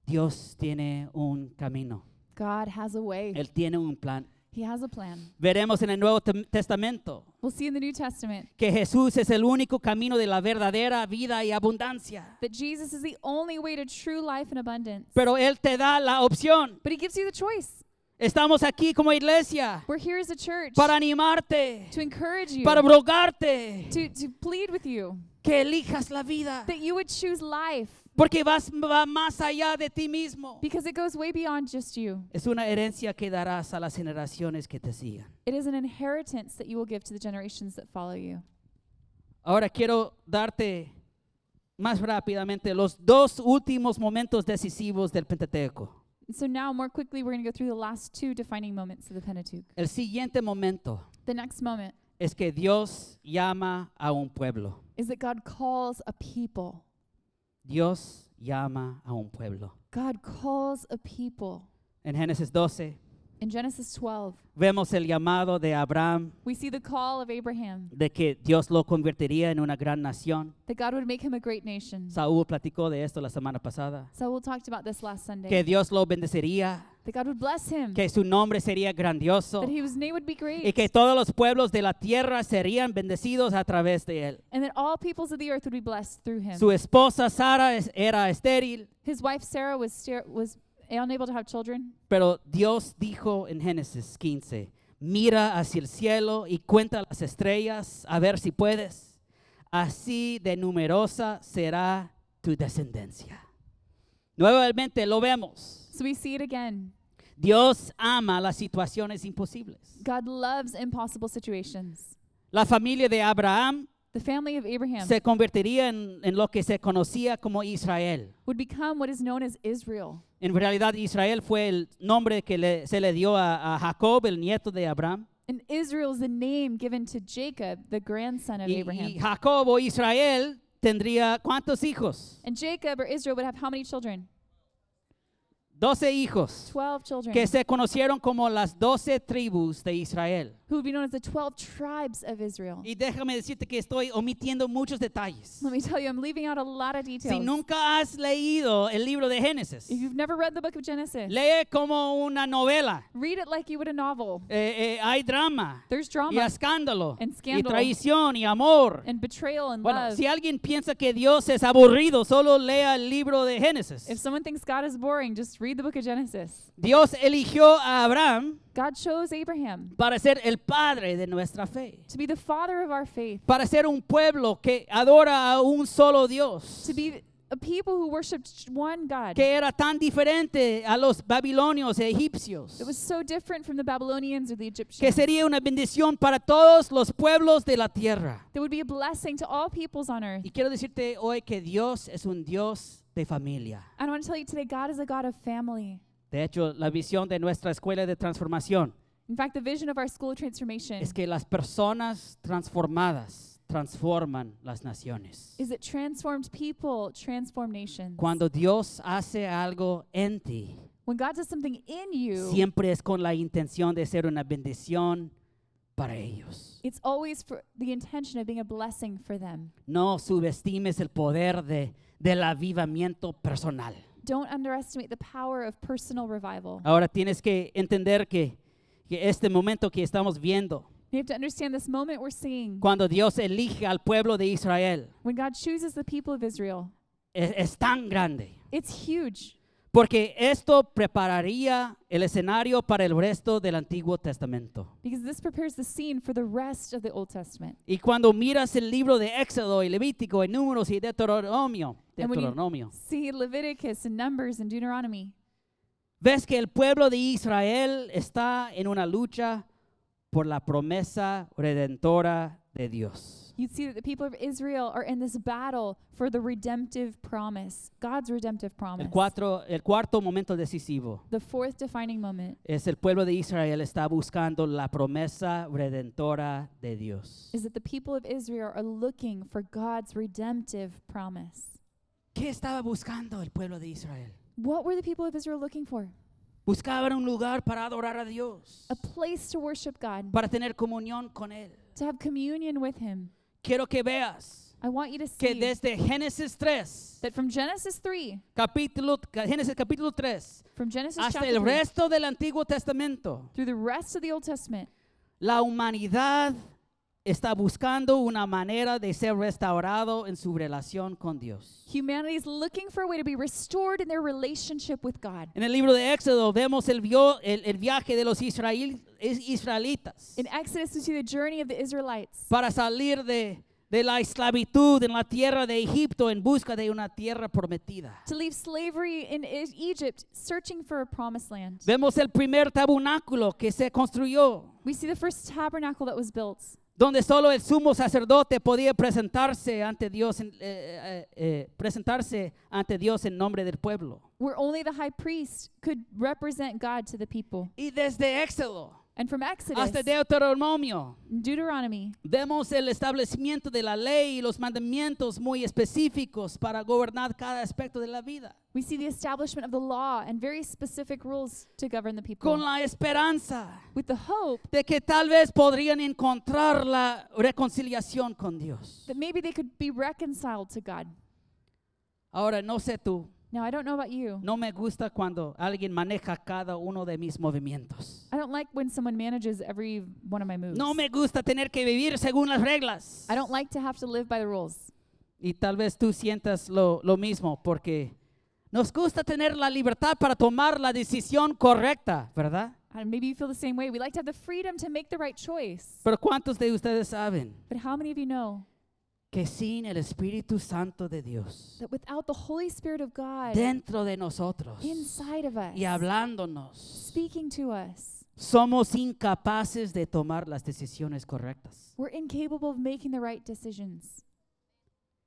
[SPEAKER 2] Dios tiene un camino,
[SPEAKER 1] God has a way.
[SPEAKER 2] Él tiene un plan.
[SPEAKER 1] he has a plan.
[SPEAKER 2] Veremos en el Nuevo Tem- Testamento
[SPEAKER 1] We'll see in the New Testament
[SPEAKER 2] que Jesús es el único camino de la verdadera vida y abundancia.
[SPEAKER 1] that Jesus is the only way to true life and abundance.
[SPEAKER 2] Pero Él te da la opción.
[SPEAKER 1] But he gives you the choice.
[SPEAKER 2] Estamos aquí como iglesia
[SPEAKER 1] We're here as a church
[SPEAKER 2] para animarte,
[SPEAKER 1] to encourage you,
[SPEAKER 2] para rogarte
[SPEAKER 1] to, to plead with you,
[SPEAKER 2] que elijas la vida,
[SPEAKER 1] that you would choose life
[SPEAKER 2] porque vas va más allá de ti mismo.
[SPEAKER 1] because it goes way beyond just you.
[SPEAKER 2] Es una herencia que darás a las generaciones que te sigan.
[SPEAKER 1] It is an inheritance that you will give to the generations that follow you.
[SPEAKER 2] Ahora quiero darte más rápidamente los dos últimos momentos decisivos del Pentateuco.
[SPEAKER 1] And so now, more quickly, we're going to go through the last two defining moments of the Pentateuch.
[SPEAKER 2] El siguiente momento
[SPEAKER 1] The next moment
[SPEAKER 2] es que Dios llama a un pueblo.
[SPEAKER 1] is that God calls a people.
[SPEAKER 2] Dios llama a un pueblo.
[SPEAKER 1] God calls a people.
[SPEAKER 2] En Génesis 12
[SPEAKER 1] In Genesis 12,
[SPEAKER 2] vemos el llamado de Abraham
[SPEAKER 1] we see the call of Abraham
[SPEAKER 2] de que Dios lo convertiría en una gran nación.
[SPEAKER 1] that God would make him a great nation.
[SPEAKER 2] Saúl platicó de esto la semana pasada.
[SPEAKER 1] So we'll talked about this last Sunday.
[SPEAKER 2] Que Dios lo bendeciría,
[SPEAKER 1] that God would bless him.
[SPEAKER 2] que su nombre sería grandioso
[SPEAKER 1] That his name would be
[SPEAKER 2] y
[SPEAKER 1] great.
[SPEAKER 2] que todos los pueblos de la tierra serían bendecidos a través de él.
[SPEAKER 1] and that all peoples of the earth would be blessed through him.
[SPEAKER 2] Su esposa Sara es- era estéril,
[SPEAKER 1] his wife Sarah was ster- was unable to have children.
[SPEAKER 2] pero Dios dijo en Génesis 15, mira hacia el cielo y cuenta las estrellas a ver si puedes. Así de numerosa será tu descendencia. Nuevamente lo vemos.
[SPEAKER 1] So we see it again.
[SPEAKER 2] Dios ama las situaciones imposibles.
[SPEAKER 1] God loves impossible situations.
[SPEAKER 2] La familia de Abraham
[SPEAKER 1] The family of Abraham
[SPEAKER 2] se convertiría en, en lo que se conocía como Israel.
[SPEAKER 1] would become what is known as Israel.
[SPEAKER 2] En realidad Israel fue el nombre que le- se le dio a, a Jacob, el nieto de Abraham.
[SPEAKER 1] And Israel is the name given to Jacob, the grandson of
[SPEAKER 2] Y, y
[SPEAKER 1] Abraham.
[SPEAKER 2] Jacob o Israel tendría cuántos hijos?
[SPEAKER 1] And Jacob or Israel would have how many children?
[SPEAKER 2] Doce hijos
[SPEAKER 1] 12 children.
[SPEAKER 2] que se conocieron como las doce tribus de Israel.
[SPEAKER 1] who would be known as the 12 tribes of Israel.
[SPEAKER 2] Y déjame decirte que estoy omitiendo muchos detalles.
[SPEAKER 1] Let me tell you, I'm leaving out a lot of details.
[SPEAKER 2] Si nunca has leído el libro de Génesis,
[SPEAKER 1] if you've never read the book of Genesis,
[SPEAKER 2] lee como una novela.
[SPEAKER 1] read it like you would a novel.
[SPEAKER 2] Eh, eh, hay drama,
[SPEAKER 1] There's
[SPEAKER 2] y
[SPEAKER 1] drama
[SPEAKER 2] escándalo
[SPEAKER 1] and
[SPEAKER 2] y
[SPEAKER 1] scandal.
[SPEAKER 2] traición y amor.
[SPEAKER 1] and betrayal and
[SPEAKER 2] Bueno,
[SPEAKER 1] love.
[SPEAKER 2] si alguien piensa que Dios es aburrido, solo lea el libro de
[SPEAKER 1] If
[SPEAKER 2] Génesis.
[SPEAKER 1] someone thinks God is boring, just read the book of Genesis.
[SPEAKER 2] Dios eligió a Abraham
[SPEAKER 1] God chose Abraham
[SPEAKER 2] para ser el padre de nuestra fe,
[SPEAKER 1] to be the father of our faith,
[SPEAKER 2] para ser un pueblo que adora a un solo Dios,
[SPEAKER 1] to be a people who worshiped one God.
[SPEAKER 2] que era tan diferente a los babilonios e egipcios,
[SPEAKER 1] It was so different from the Babylonians or the
[SPEAKER 2] que
[SPEAKER 1] Egyptians.
[SPEAKER 2] sería una bendición para todos los pueblos de la tierra.
[SPEAKER 1] There would be a blessing to all peoples on earth.
[SPEAKER 2] Y quiero decirte hoy que Dios es un Dios de familia.
[SPEAKER 1] And I want to tell you today, God is a God of family.
[SPEAKER 2] De hecho, la visión de nuestra escuela de transformación
[SPEAKER 1] In fact, the vision of our school of transformation
[SPEAKER 2] es que las personas transformadas transforman las naciones.
[SPEAKER 1] is that transformed people transform nations.
[SPEAKER 2] Cuando Dios hace algo en ti,
[SPEAKER 1] When God does something in you,
[SPEAKER 2] siempre es con la intención de ser una bendición para ellos.
[SPEAKER 1] it's always for the intention of being a blessing for them.
[SPEAKER 2] No subestimes el poder de, del avivamiento personal.
[SPEAKER 1] Don't underestimate the power of personal revival.
[SPEAKER 2] Ahora tienes que entender que, que este momento que estamos viendo,
[SPEAKER 1] You have to understand this moment we're seeing
[SPEAKER 2] cuando Dios elige al pueblo de Israel,
[SPEAKER 1] when God chooses the people of Israel.
[SPEAKER 2] es- es tan grande.
[SPEAKER 1] It's huge
[SPEAKER 2] Porque esto prepararía el escenario para el resto del Antiguo Testamento.
[SPEAKER 1] because this prepares the scene for the rest of the Old Testament.
[SPEAKER 2] Y cuando miras el libro de Éxodo y Levítico y Números y Deuteronomio,
[SPEAKER 1] And when you-
[SPEAKER 2] Deuteronomio,
[SPEAKER 1] See Leviticus and Numbers and Deuteronomy.
[SPEAKER 2] ves que el pueblo de Israel está en una lucha por la promesa redentora de Dios.
[SPEAKER 1] You'd see that the people of Israel are in this battle for the redemptive promise, God's redemptive promise.
[SPEAKER 2] El, cuatro- el cuarto momento decisivo
[SPEAKER 1] The fourth defining moment
[SPEAKER 2] es el pueblo de Israel está buscando la promesa redentora de Dios.
[SPEAKER 1] is that the people of Israel are looking for God's redemptive promise.
[SPEAKER 2] ¿Qué estaba buscando el pueblo de Israel?
[SPEAKER 1] What were the people of Israel looking for?
[SPEAKER 2] Buscaban un lugar para adorar a Dios,
[SPEAKER 1] A place to worship God,
[SPEAKER 2] para tener comunión con Él.
[SPEAKER 1] to have communion with Him.
[SPEAKER 2] Quiero que veas
[SPEAKER 1] I want you to
[SPEAKER 2] que
[SPEAKER 1] see
[SPEAKER 2] desde Génesis 3,
[SPEAKER 1] that from Genesis 3,
[SPEAKER 2] capítulo, ca- Génesis capítulo 3,
[SPEAKER 1] from Genesis
[SPEAKER 2] hasta
[SPEAKER 1] chapter
[SPEAKER 2] el
[SPEAKER 1] 3,
[SPEAKER 2] resto del Antiguo Testamento,
[SPEAKER 1] through the rest of the Old Testament,
[SPEAKER 2] la humanidad está buscando una manera de ser restaurado en su relación con Dios.
[SPEAKER 1] humanity is looking for a way to be restored in their relationship with God.
[SPEAKER 2] En el libro de Éxodo vemos el, vio- el- el viaje de los israel- is- israelitas
[SPEAKER 1] In Exodus, we see the journey of the Israelites
[SPEAKER 2] para salir de, de la esclavitud en la tierra de Egipto en busca de una tierra prometida.
[SPEAKER 1] to leave slavery in E- Egypt, searching for a promised land.
[SPEAKER 2] Vemos el primer tabernáculo que se construyó,
[SPEAKER 1] We see the first tabernacle that was built,
[SPEAKER 2] donde solo el sumo sacerdote podía presentarse ante Dios, en- eh, eh, eh, presentarse ante Dios en nombre del pueblo.
[SPEAKER 1] where only the high priest could represent God to the people.
[SPEAKER 2] Y desde Éxodo
[SPEAKER 1] And from Exodus,
[SPEAKER 2] hasta Deuteronomio
[SPEAKER 1] Deuteronomy,
[SPEAKER 2] vemos el establecimiento de la ley y los mandamientos muy específicos para gobernar cada aspecto de la vida,
[SPEAKER 1] we see the establishment of the law and very specific rules to govern the people.
[SPEAKER 2] con la esperanza
[SPEAKER 1] with the hope
[SPEAKER 2] de que tal vez podrían encontrar la reconciliación con Dios.
[SPEAKER 1] that maybe they could be reconciled to God.
[SPEAKER 2] Ahora, no sé tú,
[SPEAKER 1] Now, I don't know about you.
[SPEAKER 2] no me gusta cuando alguien maneja cada uno de mis movimientos.
[SPEAKER 1] I don't like when someone manages every one of my moves.
[SPEAKER 2] No me gusta tener que vivir según las reglas.
[SPEAKER 1] I don't like to have to live by the rules.
[SPEAKER 2] Y tal vez tú sientas lo, lo mismo porque nos gusta tener la libertad para tomar la decisión correcta, ¿verdad?
[SPEAKER 1] And maybe you feel the same way. We like to have the freedom to make the right choice.
[SPEAKER 2] Pero ¿cuántos de ustedes saben
[SPEAKER 1] But how many of you know
[SPEAKER 2] que sin el Espíritu Santo de Dios
[SPEAKER 1] that without the Holy Spirit of God
[SPEAKER 2] dentro de nosotros
[SPEAKER 1] inside of us,
[SPEAKER 2] y hablándonos,
[SPEAKER 1] speaking to us,
[SPEAKER 2] somos incapaces de tomar las decisiones correctas?
[SPEAKER 1] we're incapable of making the right decisions?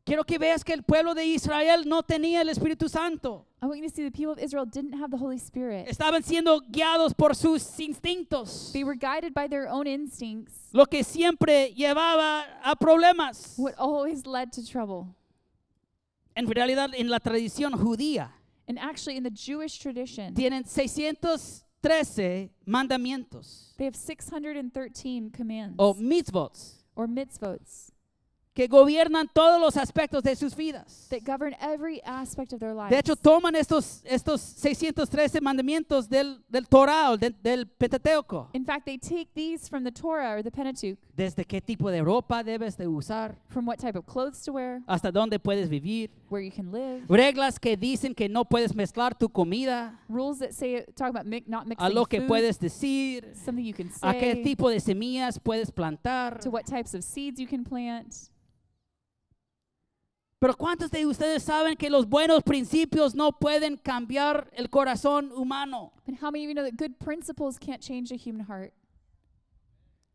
[SPEAKER 2] Quiero que veas que el pueblo de Israel no tenía el Espíritu Santo.
[SPEAKER 1] I want you to see the people of Israel didn't have the Holy Spirit.
[SPEAKER 2] Estaban siendo guiados por sus instintos.
[SPEAKER 1] They were guided by their own instincts,
[SPEAKER 2] lo que siempre llevaba a problemas.
[SPEAKER 1] what always led to trouble.
[SPEAKER 2] En realidad, en la tradición judía,
[SPEAKER 1] And actually, in the Jewish tradition,
[SPEAKER 2] tienen 613 mandamientos
[SPEAKER 1] they have 613 commands
[SPEAKER 2] o mitzvots
[SPEAKER 1] or mitzvots
[SPEAKER 2] que gobiernan todos los aspectos de sus vidas.
[SPEAKER 1] that govern every aspect of their lives.
[SPEAKER 2] De hecho, toman estos, estos 613 mandamientos del, del Torah, o de- del Pentateuco.
[SPEAKER 1] in fact, they take these from the Torah or the Pentateuch,
[SPEAKER 2] Desde qué tipo de ropa debes de usar,
[SPEAKER 1] from what type of clothes to wear,
[SPEAKER 2] hasta dónde puedes vivir.
[SPEAKER 1] where you can live,
[SPEAKER 2] Reglas que dicen que no puedes mezclar tu comida,
[SPEAKER 1] rules that say talk about mi- not mixing
[SPEAKER 2] a lo que
[SPEAKER 1] food,
[SPEAKER 2] puedes decir,
[SPEAKER 1] something you can
[SPEAKER 2] a qué
[SPEAKER 1] say,
[SPEAKER 2] tipo de semillas puedes plantar.
[SPEAKER 1] to what types of seeds you can plant.
[SPEAKER 2] Pero ¿cuántos de ustedes saben que los buenos principios no pueden cambiar el corazón humano?
[SPEAKER 1] But how many of you know that good principles can't change a human heart?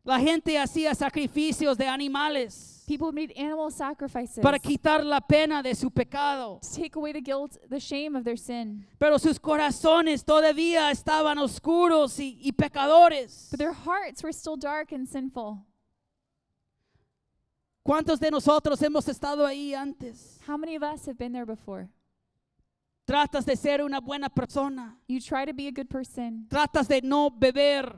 [SPEAKER 2] La gente hacía sacrificios de animales
[SPEAKER 1] People made animal sacrifices
[SPEAKER 2] para quitar la pena de su pecado,
[SPEAKER 1] to take away the guilt, the shame of their sin.
[SPEAKER 2] pero sus corazones todavía estaban oscuros y, y pecadores.
[SPEAKER 1] But their hearts were still dark and sinful.
[SPEAKER 2] ¿Cuántos de nosotros hemos estado ahí antes?
[SPEAKER 1] How many of us have been there before?
[SPEAKER 2] Tratas de ser una buena persona,
[SPEAKER 1] You try to be a good person.
[SPEAKER 2] tratas de no beber,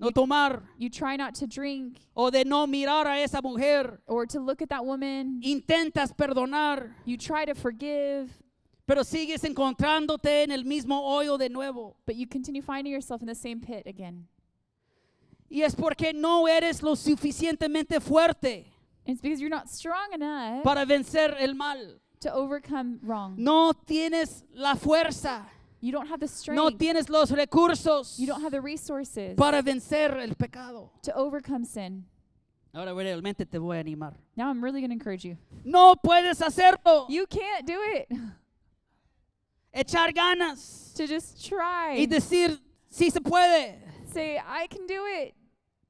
[SPEAKER 2] no tomar,
[SPEAKER 1] You try not to drink
[SPEAKER 2] o de no mirar a esa mujer.
[SPEAKER 1] or to look at that woman.
[SPEAKER 2] Intentas perdonar,
[SPEAKER 1] You try to forgive,
[SPEAKER 2] pero sigues encontrándote en el mismo hoyo de nuevo.
[SPEAKER 1] but you continue finding yourself in the same pit again.
[SPEAKER 2] Y es porque no eres lo suficientemente fuerte
[SPEAKER 1] And it's because you're not strong enough
[SPEAKER 2] para vencer el mal.
[SPEAKER 1] to overcome wrong.
[SPEAKER 2] No tienes la fuerza,
[SPEAKER 1] You don't have the
[SPEAKER 2] no
[SPEAKER 1] strength.
[SPEAKER 2] tienes los recursos
[SPEAKER 1] You don't have the resources
[SPEAKER 2] para vencer el pecado.
[SPEAKER 1] to overcome sin.
[SPEAKER 2] Ahora realmente te voy a animar.
[SPEAKER 1] Now I'm really going to encourage you.
[SPEAKER 2] No puedes hacerlo.
[SPEAKER 1] You can't do it.
[SPEAKER 2] Echar ganas
[SPEAKER 1] to just try.
[SPEAKER 2] y decir, sí se puede.
[SPEAKER 1] Say, I can do it.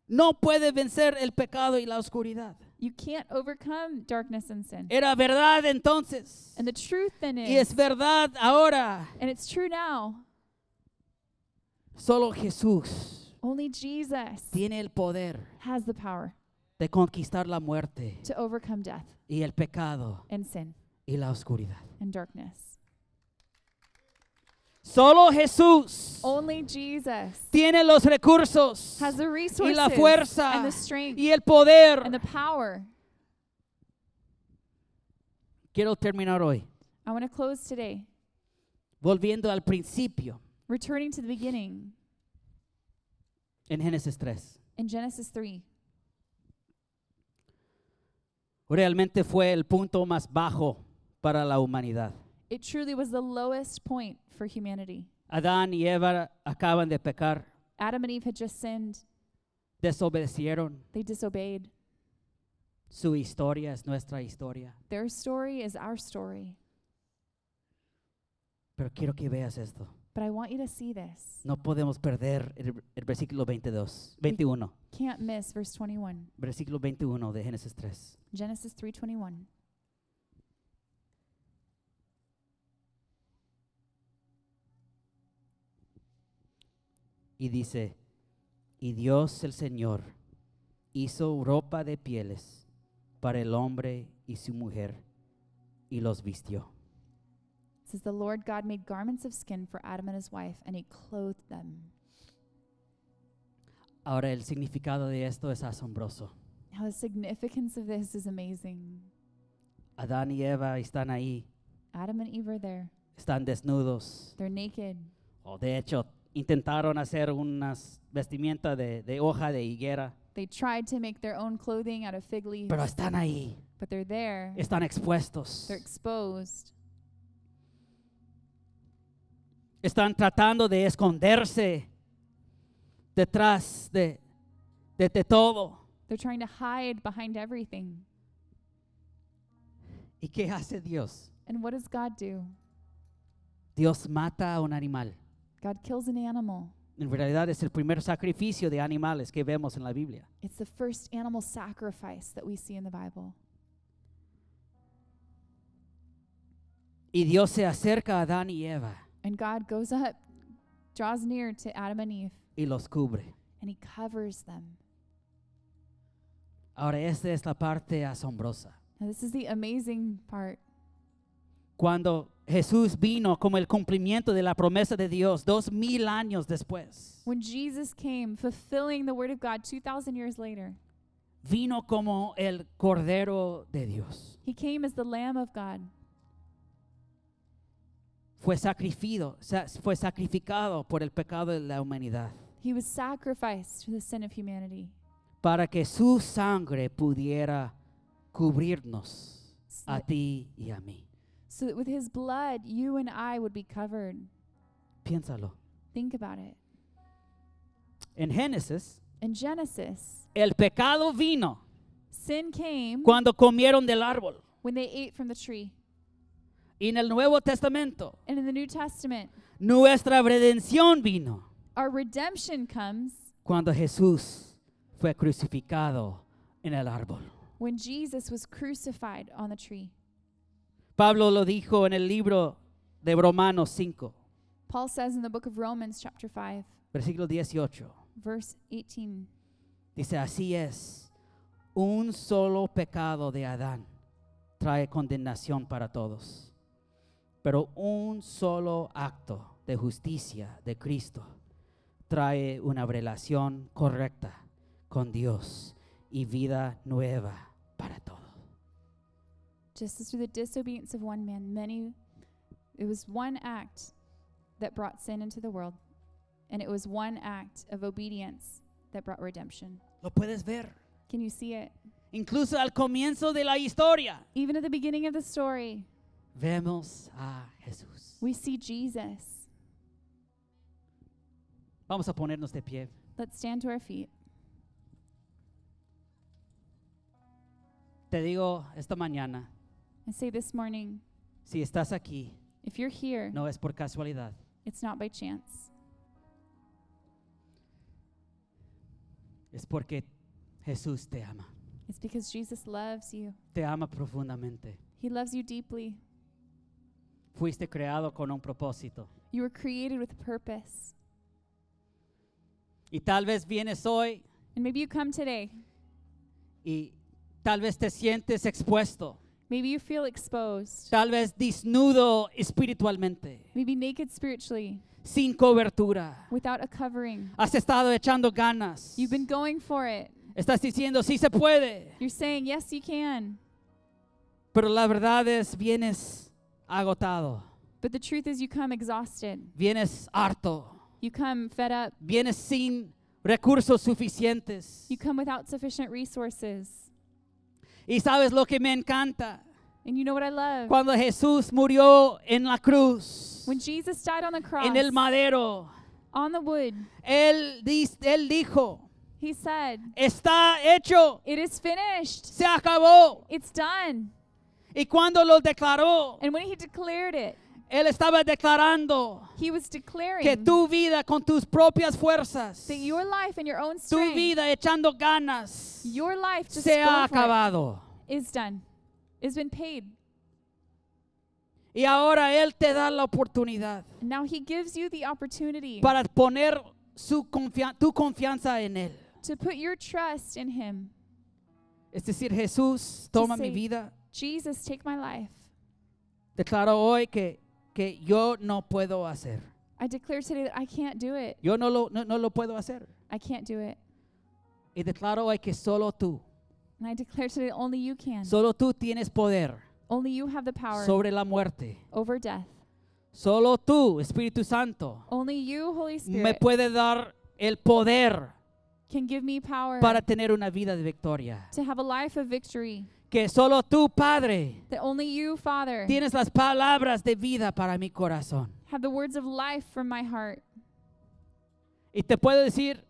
[SPEAKER 2] No puede vencer el pecado y la oscuridad.
[SPEAKER 1] You can't overcome darkness and sin.
[SPEAKER 2] Era verdad entonces.
[SPEAKER 1] And the truth then
[SPEAKER 2] Y
[SPEAKER 1] is,
[SPEAKER 2] es verdad ahora.
[SPEAKER 1] and it's true now,
[SPEAKER 2] Solo Jesús
[SPEAKER 1] only Jesus
[SPEAKER 2] tiene el poder
[SPEAKER 1] has the power
[SPEAKER 2] de conquistar la muerte
[SPEAKER 1] to overcome death
[SPEAKER 2] y el pecado
[SPEAKER 1] and sin
[SPEAKER 2] y la oscuridad.
[SPEAKER 1] and darkness.
[SPEAKER 2] Solo Jesús
[SPEAKER 1] Only Jesus
[SPEAKER 2] tiene los recursos
[SPEAKER 1] has the
[SPEAKER 2] y
[SPEAKER 1] resources
[SPEAKER 2] la fuerza
[SPEAKER 1] and the strength
[SPEAKER 2] y el poder.
[SPEAKER 1] and the power.
[SPEAKER 2] Quiero terminar hoy
[SPEAKER 1] I want to close today,
[SPEAKER 2] volviendo al principio
[SPEAKER 1] returning to the beginning
[SPEAKER 2] en Génesis 3.
[SPEAKER 1] in Genesis 3.
[SPEAKER 2] Realmente fue el punto más bajo para la humanidad.
[SPEAKER 1] It truly was the lowest point for humanity.
[SPEAKER 2] Adán y Eva acaban de pecar,
[SPEAKER 1] Adam and Eve had just sinned,
[SPEAKER 2] desobedecieron.
[SPEAKER 1] they disobeyed.
[SPEAKER 2] Su historia es nuestra historia.
[SPEAKER 1] Their story is our story.
[SPEAKER 2] Pero quiero que veas esto.
[SPEAKER 1] But I want you to see this.
[SPEAKER 2] No podemos perder el, el versículo 22, 21,
[SPEAKER 1] Can't miss verse 21,
[SPEAKER 2] versículo 21 de Génesis 3.
[SPEAKER 1] Genesis 3:21.
[SPEAKER 2] Y dice, y Dios el Señor hizo ropa de pieles para el hombre y su mujer y los vistió.
[SPEAKER 1] It says the Lord God made garments of skin for Adam and his wife and he clothed them.
[SPEAKER 2] Ahora el significado de esto es asombroso.
[SPEAKER 1] Now the significance of this is amazing.
[SPEAKER 2] Adán y Eva están ahí,
[SPEAKER 1] Adam and Eve are there.
[SPEAKER 2] están desnudos.
[SPEAKER 1] They're naked.
[SPEAKER 2] O de hecho, intentaron hacer unas vestimenta de, de hoja de higuera,
[SPEAKER 1] They tried to make their own clothing out of fig leaves,
[SPEAKER 2] pero están ahí,
[SPEAKER 1] but they're there.
[SPEAKER 2] están expuestos.
[SPEAKER 1] They're exposed.
[SPEAKER 2] Están tratando de esconderse detrás de, de, de todo.
[SPEAKER 1] They're trying to hide behind everything.
[SPEAKER 2] ¿Y qué hace Dios?
[SPEAKER 1] And what does God do?
[SPEAKER 2] Dios mata a un animal.
[SPEAKER 1] God kills an animal.
[SPEAKER 2] En realidad es el primer sacrificio de animales que vemos en la Biblia.
[SPEAKER 1] It's the first animal sacrifice that we see in the Bible.
[SPEAKER 2] Y Dios se acerca a Adán y Eva
[SPEAKER 1] And God goes up, draws near to Adam and Eve,
[SPEAKER 2] y los cubre.
[SPEAKER 1] and he covers them.
[SPEAKER 2] Ahora, esta es la parte asombrosa.
[SPEAKER 1] Now, this is the amazing part.
[SPEAKER 2] Cuando Jesús vino como el cumplimiento de la promesa de Dios dos mil años después,
[SPEAKER 1] When Jesus came, fulfilling the word of God 2,000 years later,
[SPEAKER 2] vino como el Cordero de Dios.
[SPEAKER 1] he came as the Lamb of God.
[SPEAKER 2] Fue sacrificado, sa- fue sacrificado por el pecado de la humanidad
[SPEAKER 1] He was sacrificed for the sin of humanity
[SPEAKER 2] para que su sangre pudiera cubrirnos
[SPEAKER 1] so
[SPEAKER 2] a
[SPEAKER 1] that,
[SPEAKER 2] ti y a mí.
[SPEAKER 1] so that with his blood, you and I would be covered.
[SPEAKER 2] Piénsalo.
[SPEAKER 1] Think about it.
[SPEAKER 2] En Génesis,
[SPEAKER 1] In Genesis,
[SPEAKER 2] el pecado vino
[SPEAKER 1] sin came
[SPEAKER 2] cuando comieron del árbol.
[SPEAKER 1] when they ate from the tree.
[SPEAKER 2] Y en el Nuevo Testamento,
[SPEAKER 1] And in the New Testament,
[SPEAKER 2] nuestra redención vino
[SPEAKER 1] our redemption comes
[SPEAKER 2] cuando Jesús fue crucificado en el árbol.
[SPEAKER 1] when Jesus was crucified on the tree.
[SPEAKER 2] Pablo lo dijo en el libro de Romanos 5,
[SPEAKER 1] Paul says in the book of Romans, chapter 5,
[SPEAKER 2] versículo 18.
[SPEAKER 1] verse 18
[SPEAKER 2] Dice, así es, un solo pecado de Adán trae condenación para todos, pero un solo acto de justicia de Cristo trae una relación correcta con Dios y vida nueva para todos.
[SPEAKER 1] Just as through the disobedience of one man, many, it was one act that brought sin into the world, and it was one act of obedience that brought redemption.
[SPEAKER 2] Lo puedes ver.
[SPEAKER 1] Can you see it?
[SPEAKER 2] Incluso al comienzo de la historia,
[SPEAKER 1] Even at the beginning of the story,
[SPEAKER 2] vemos a Jesús.
[SPEAKER 1] we see Jesus.
[SPEAKER 2] Vamos a ponernos de pie.
[SPEAKER 1] Let's stand to our feet.
[SPEAKER 2] Te digo esta mañana,
[SPEAKER 1] I say this morning,
[SPEAKER 2] si estás aquí,
[SPEAKER 1] if you're here,
[SPEAKER 2] no es por casualidad.
[SPEAKER 1] it's not by chance.
[SPEAKER 2] Es porque Jesús te ama.
[SPEAKER 1] It's because Jesus loves you.
[SPEAKER 2] Te ama profundamente.
[SPEAKER 1] He loves you deeply.
[SPEAKER 2] Fuiste creado con un propósito.
[SPEAKER 1] You were created with purpose.
[SPEAKER 2] Y tal vez vienes hoy
[SPEAKER 1] And maybe you come today.
[SPEAKER 2] y tal vez te sientes expuesto,
[SPEAKER 1] Maybe you feel exposed.
[SPEAKER 2] tal vez desnudo espiritualmente,
[SPEAKER 1] Maybe naked spiritually,
[SPEAKER 2] sin cobertura.
[SPEAKER 1] without a covering.
[SPEAKER 2] Has estado echando ganas.
[SPEAKER 1] You've been going for it.
[SPEAKER 2] Estás diciendo, sí se puede,
[SPEAKER 1] You're saying, yes, you can.
[SPEAKER 2] pero la verdad es, vienes agotado,
[SPEAKER 1] But the truth is, you come exhausted.
[SPEAKER 2] vienes harto,
[SPEAKER 1] You come fed up.
[SPEAKER 2] vienes sin recursos suficientes.
[SPEAKER 1] You come without sufficient resources.
[SPEAKER 2] Y sabes lo que me encanta,
[SPEAKER 1] And you know what I love?
[SPEAKER 2] cuando Jesús murió en la cruz,
[SPEAKER 1] When Jesus died on the cross,
[SPEAKER 2] en el madero,
[SPEAKER 1] on the wood,
[SPEAKER 2] él, dis- él dijo,
[SPEAKER 1] he said,
[SPEAKER 2] está hecho,
[SPEAKER 1] It is finished.
[SPEAKER 2] se acabó.
[SPEAKER 1] It's done.
[SPEAKER 2] Y cuando lo declaró,
[SPEAKER 1] And when he declared it,
[SPEAKER 2] él estaba declarando
[SPEAKER 1] he was declaring
[SPEAKER 2] que tu vida con tus propias fuerzas,
[SPEAKER 1] that your life and your own
[SPEAKER 2] tu
[SPEAKER 1] strength,
[SPEAKER 2] vida echando ganas,
[SPEAKER 1] your life just
[SPEAKER 2] se ha
[SPEAKER 1] go for it,
[SPEAKER 2] acabado.
[SPEAKER 1] is done. It's been paid.
[SPEAKER 2] Y ahora él te da la oportunidad
[SPEAKER 1] And now he gives you the opportunity
[SPEAKER 2] para poner su confia- tu confianza en él.
[SPEAKER 1] to put your trust in him.
[SPEAKER 2] Es decir, Jesús, toma mi
[SPEAKER 1] say-
[SPEAKER 2] vida.
[SPEAKER 1] Jesus, take my life.
[SPEAKER 2] Declaro hoy que, que yo no puedo hacer.
[SPEAKER 1] I declare today that I can't do it.
[SPEAKER 2] Yo no lo, no- no lo puedo hacer.
[SPEAKER 1] I can't do it.
[SPEAKER 2] Y declaro hoy que solo tú,
[SPEAKER 1] And I declare today that only you can.
[SPEAKER 2] solo tú tienes poder
[SPEAKER 1] only you have the power
[SPEAKER 2] sobre la muerte.
[SPEAKER 1] over death.
[SPEAKER 2] Solo tú, Espíritu Santo,
[SPEAKER 1] Only you, Holy
[SPEAKER 2] me
[SPEAKER 1] Spirit,
[SPEAKER 2] puede dar el poder
[SPEAKER 1] can give me power
[SPEAKER 2] para tener una vida de victoria.
[SPEAKER 1] to have a life of victory.
[SPEAKER 2] Que solo tú, Padre,
[SPEAKER 1] That only you, Father,
[SPEAKER 2] tienes las palabras de vida para mi corazón.
[SPEAKER 1] have the words of life from my heart.
[SPEAKER 2] Y te puedo decir,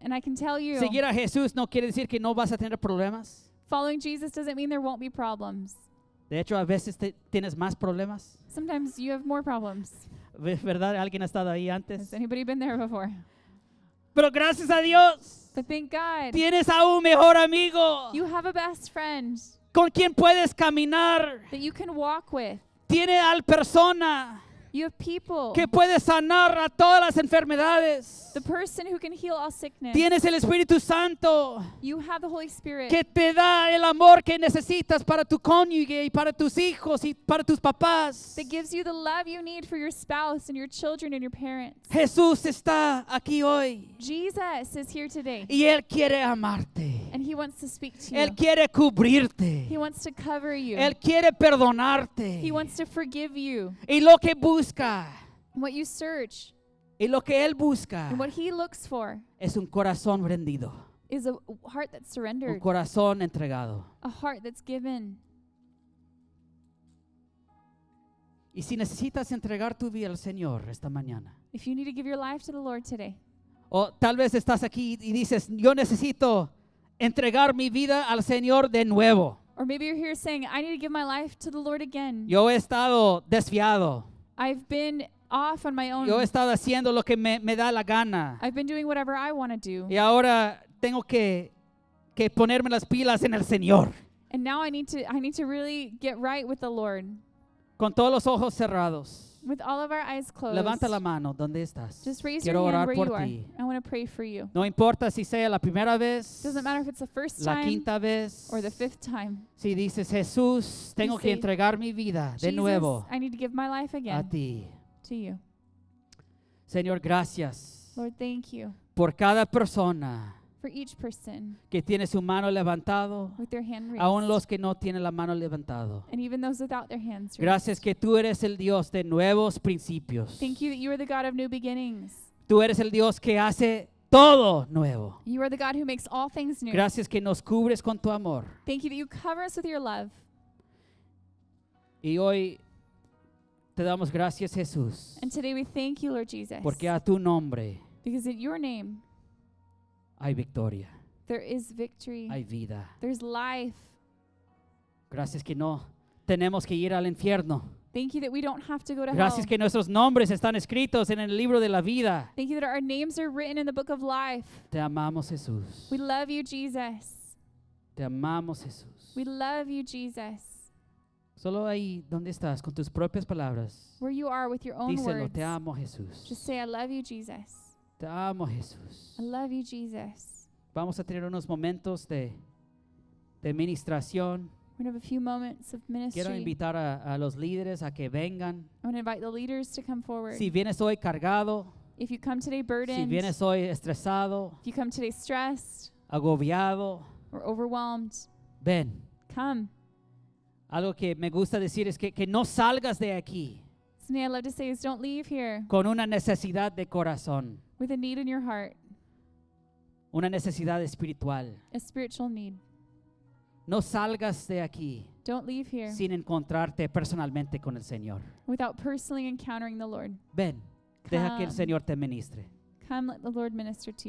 [SPEAKER 1] And I can tell you,
[SPEAKER 2] seguir a Jesús no quiere decir que no vas a tener problemas.
[SPEAKER 1] following Jesus doesn't mean there won't be problems.
[SPEAKER 2] De hecho, a veces te- tienes más problemas.
[SPEAKER 1] Sometimes you have more problems.
[SPEAKER 2] Ve- ¿Verdad? Alguien ha estado ahí antes.
[SPEAKER 1] Has anybody been there before?
[SPEAKER 2] Pero gracias a Dios,
[SPEAKER 1] But thank God,
[SPEAKER 2] tienes a un mejor amigo
[SPEAKER 1] you have a best friend
[SPEAKER 2] con quien puedes caminar.
[SPEAKER 1] that you can walk with.
[SPEAKER 2] Tiene al persona
[SPEAKER 1] You have people,
[SPEAKER 2] que puede sanar a todas las enfermedades.
[SPEAKER 1] the person who can heal all sickness.
[SPEAKER 2] Tienes el Espíritu Santo
[SPEAKER 1] You have the Holy Spirit
[SPEAKER 2] que te da el amor que necesitas para tu cónyuge y para tus hijos y para tus papás.
[SPEAKER 1] that gives you the love you need for your spouse and your children and your parents.
[SPEAKER 2] Jesús está aquí hoy
[SPEAKER 1] Jesus is here today,
[SPEAKER 2] y Él quiere amarte.
[SPEAKER 1] and He wants to speak to
[SPEAKER 2] Él
[SPEAKER 1] you.
[SPEAKER 2] quiere
[SPEAKER 1] He
[SPEAKER 2] cubrirte.
[SPEAKER 1] wants to cover you.
[SPEAKER 2] Él quiere perdonarte.
[SPEAKER 1] He wants to forgive you.
[SPEAKER 2] Y lo que busca,
[SPEAKER 1] And what you search
[SPEAKER 2] y lo que Él busca,
[SPEAKER 1] and what He looks for
[SPEAKER 2] es un corazón rendido,
[SPEAKER 1] is a heart that's
[SPEAKER 2] un
[SPEAKER 1] surrendered,
[SPEAKER 2] corazón entregado.
[SPEAKER 1] a heart that's given.
[SPEAKER 2] Y si necesitas entregar tu vida al Señor esta mañana,
[SPEAKER 1] If you need to give your life to the Lord today,
[SPEAKER 2] O tal vez estás aquí y dices, yo necesito entregar mi vida al Señor de nuevo.
[SPEAKER 1] or maybe you're here saying, I need to give my life to the Lord again.
[SPEAKER 2] Yo he estado desviado.
[SPEAKER 1] I've been off on my
[SPEAKER 2] Yo he
[SPEAKER 1] own.
[SPEAKER 2] estado haciendo lo que me, me da la gana.
[SPEAKER 1] I've been doing whatever I want to do.
[SPEAKER 2] Y ahora tengo que, que ponerme las pilas en el Señor.
[SPEAKER 1] And now I need to I need to really get right with the Lord.
[SPEAKER 2] Con todos los ojos cerrados.
[SPEAKER 1] With all of our eyes closed.
[SPEAKER 2] Levanta la mano donde estás.
[SPEAKER 1] Just raise
[SPEAKER 2] Quiero
[SPEAKER 1] your hand
[SPEAKER 2] orar
[SPEAKER 1] where you
[SPEAKER 2] por
[SPEAKER 1] are.
[SPEAKER 2] ti.
[SPEAKER 1] I want to pray for you.
[SPEAKER 2] No importa si sea la primera vez,
[SPEAKER 1] Doesn't matter if it's the first
[SPEAKER 2] la
[SPEAKER 1] time
[SPEAKER 2] quinta vez.
[SPEAKER 1] or the fifth time.
[SPEAKER 2] Si dices, Jesús, tengo que
[SPEAKER 1] say,
[SPEAKER 2] entregar mi vida de
[SPEAKER 1] Jesus,
[SPEAKER 2] nuevo
[SPEAKER 1] I need to give my life
[SPEAKER 2] a
[SPEAKER 1] again
[SPEAKER 2] ti.
[SPEAKER 1] to you.
[SPEAKER 2] Señor, gracias
[SPEAKER 1] Lord, thank you
[SPEAKER 2] por cada persona
[SPEAKER 1] for each person
[SPEAKER 2] que tiene su mano levantado,
[SPEAKER 1] with their hand raised.
[SPEAKER 2] aún los que no tienen la mano levantado.
[SPEAKER 1] and even those without their hands raised.
[SPEAKER 2] Gracias que tú eres el Dios de nuevos principios.
[SPEAKER 1] Thank you that you are the God of new beginnings.
[SPEAKER 2] Tú eres el Dios que hace todo nuevo.
[SPEAKER 1] You are the God who makes all things new.
[SPEAKER 2] Gracias que nos cubres con tu amor.
[SPEAKER 1] Thank you that you cover us with your love.
[SPEAKER 2] Y hoy te damos gracias, Jesús,
[SPEAKER 1] And today we thank you, Lord Jesus.
[SPEAKER 2] porque a tu nombre
[SPEAKER 1] because in your name
[SPEAKER 2] hay victoria,
[SPEAKER 1] there is victory.
[SPEAKER 2] hay vida.
[SPEAKER 1] There's life.
[SPEAKER 2] Gracias que no tenemos que ir al infierno
[SPEAKER 1] Thank you that we don't have to go to hell.
[SPEAKER 2] Gracias que nuestros nombres están escritos en el libro de la vida.
[SPEAKER 1] Thank you that our names are written in the book of life.
[SPEAKER 2] Te amamos Jesús.
[SPEAKER 1] We love you, Jesus.
[SPEAKER 2] Te amamos Jesús.
[SPEAKER 1] We love you, Jesus.
[SPEAKER 2] Solo ahí donde estás, con tus propias palabras,
[SPEAKER 1] Where you are with your own
[SPEAKER 2] díselo,
[SPEAKER 1] words.
[SPEAKER 2] te amo Jesús.
[SPEAKER 1] Just say, I love you, Jesus.
[SPEAKER 2] Te amo Jesús.
[SPEAKER 1] I love you, Jesus.
[SPEAKER 2] Vamos a tener unos momentos de, de ministración.
[SPEAKER 1] We're going to have a few moments of ministry.
[SPEAKER 2] Quiero invitar a, a los líderes a que vengan.
[SPEAKER 1] I'm going to invite the leaders to come forward.
[SPEAKER 2] Si vienes hoy cargado,
[SPEAKER 1] if you come today
[SPEAKER 2] si
[SPEAKER 1] burdened,
[SPEAKER 2] vienes hoy estresado,
[SPEAKER 1] if you come today stressed
[SPEAKER 2] agobiado,
[SPEAKER 1] or overwhelmed,
[SPEAKER 2] ven.
[SPEAKER 1] come.
[SPEAKER 2] Algo que me gusta decir es que, que no salgas de aquí
[SPEAKER 1] Something I love to say is don't leave here
[SPEAKER 2] con una necesidad de corazón,
[SPEAKER 1] with a need in your heart,
[SPEAKER 2] una necesidad espiritual.
[SPEAKER 1] a spiritual need.
[SPEAKER 2] No salgas de aquí
[SPEAKER 1] Don't leave here
[SPEAKER 2] sin encontrarte personalmente con el Señor.
[SPEAKER 1] without personally encountering the Lord.
[SPEAKER 2] Ven, deja que el
[SPEAKER 1] Come.
[SPEAKER 2] Señor te ministre.
[SPEAKER 1] Come, let the Lord minister to you.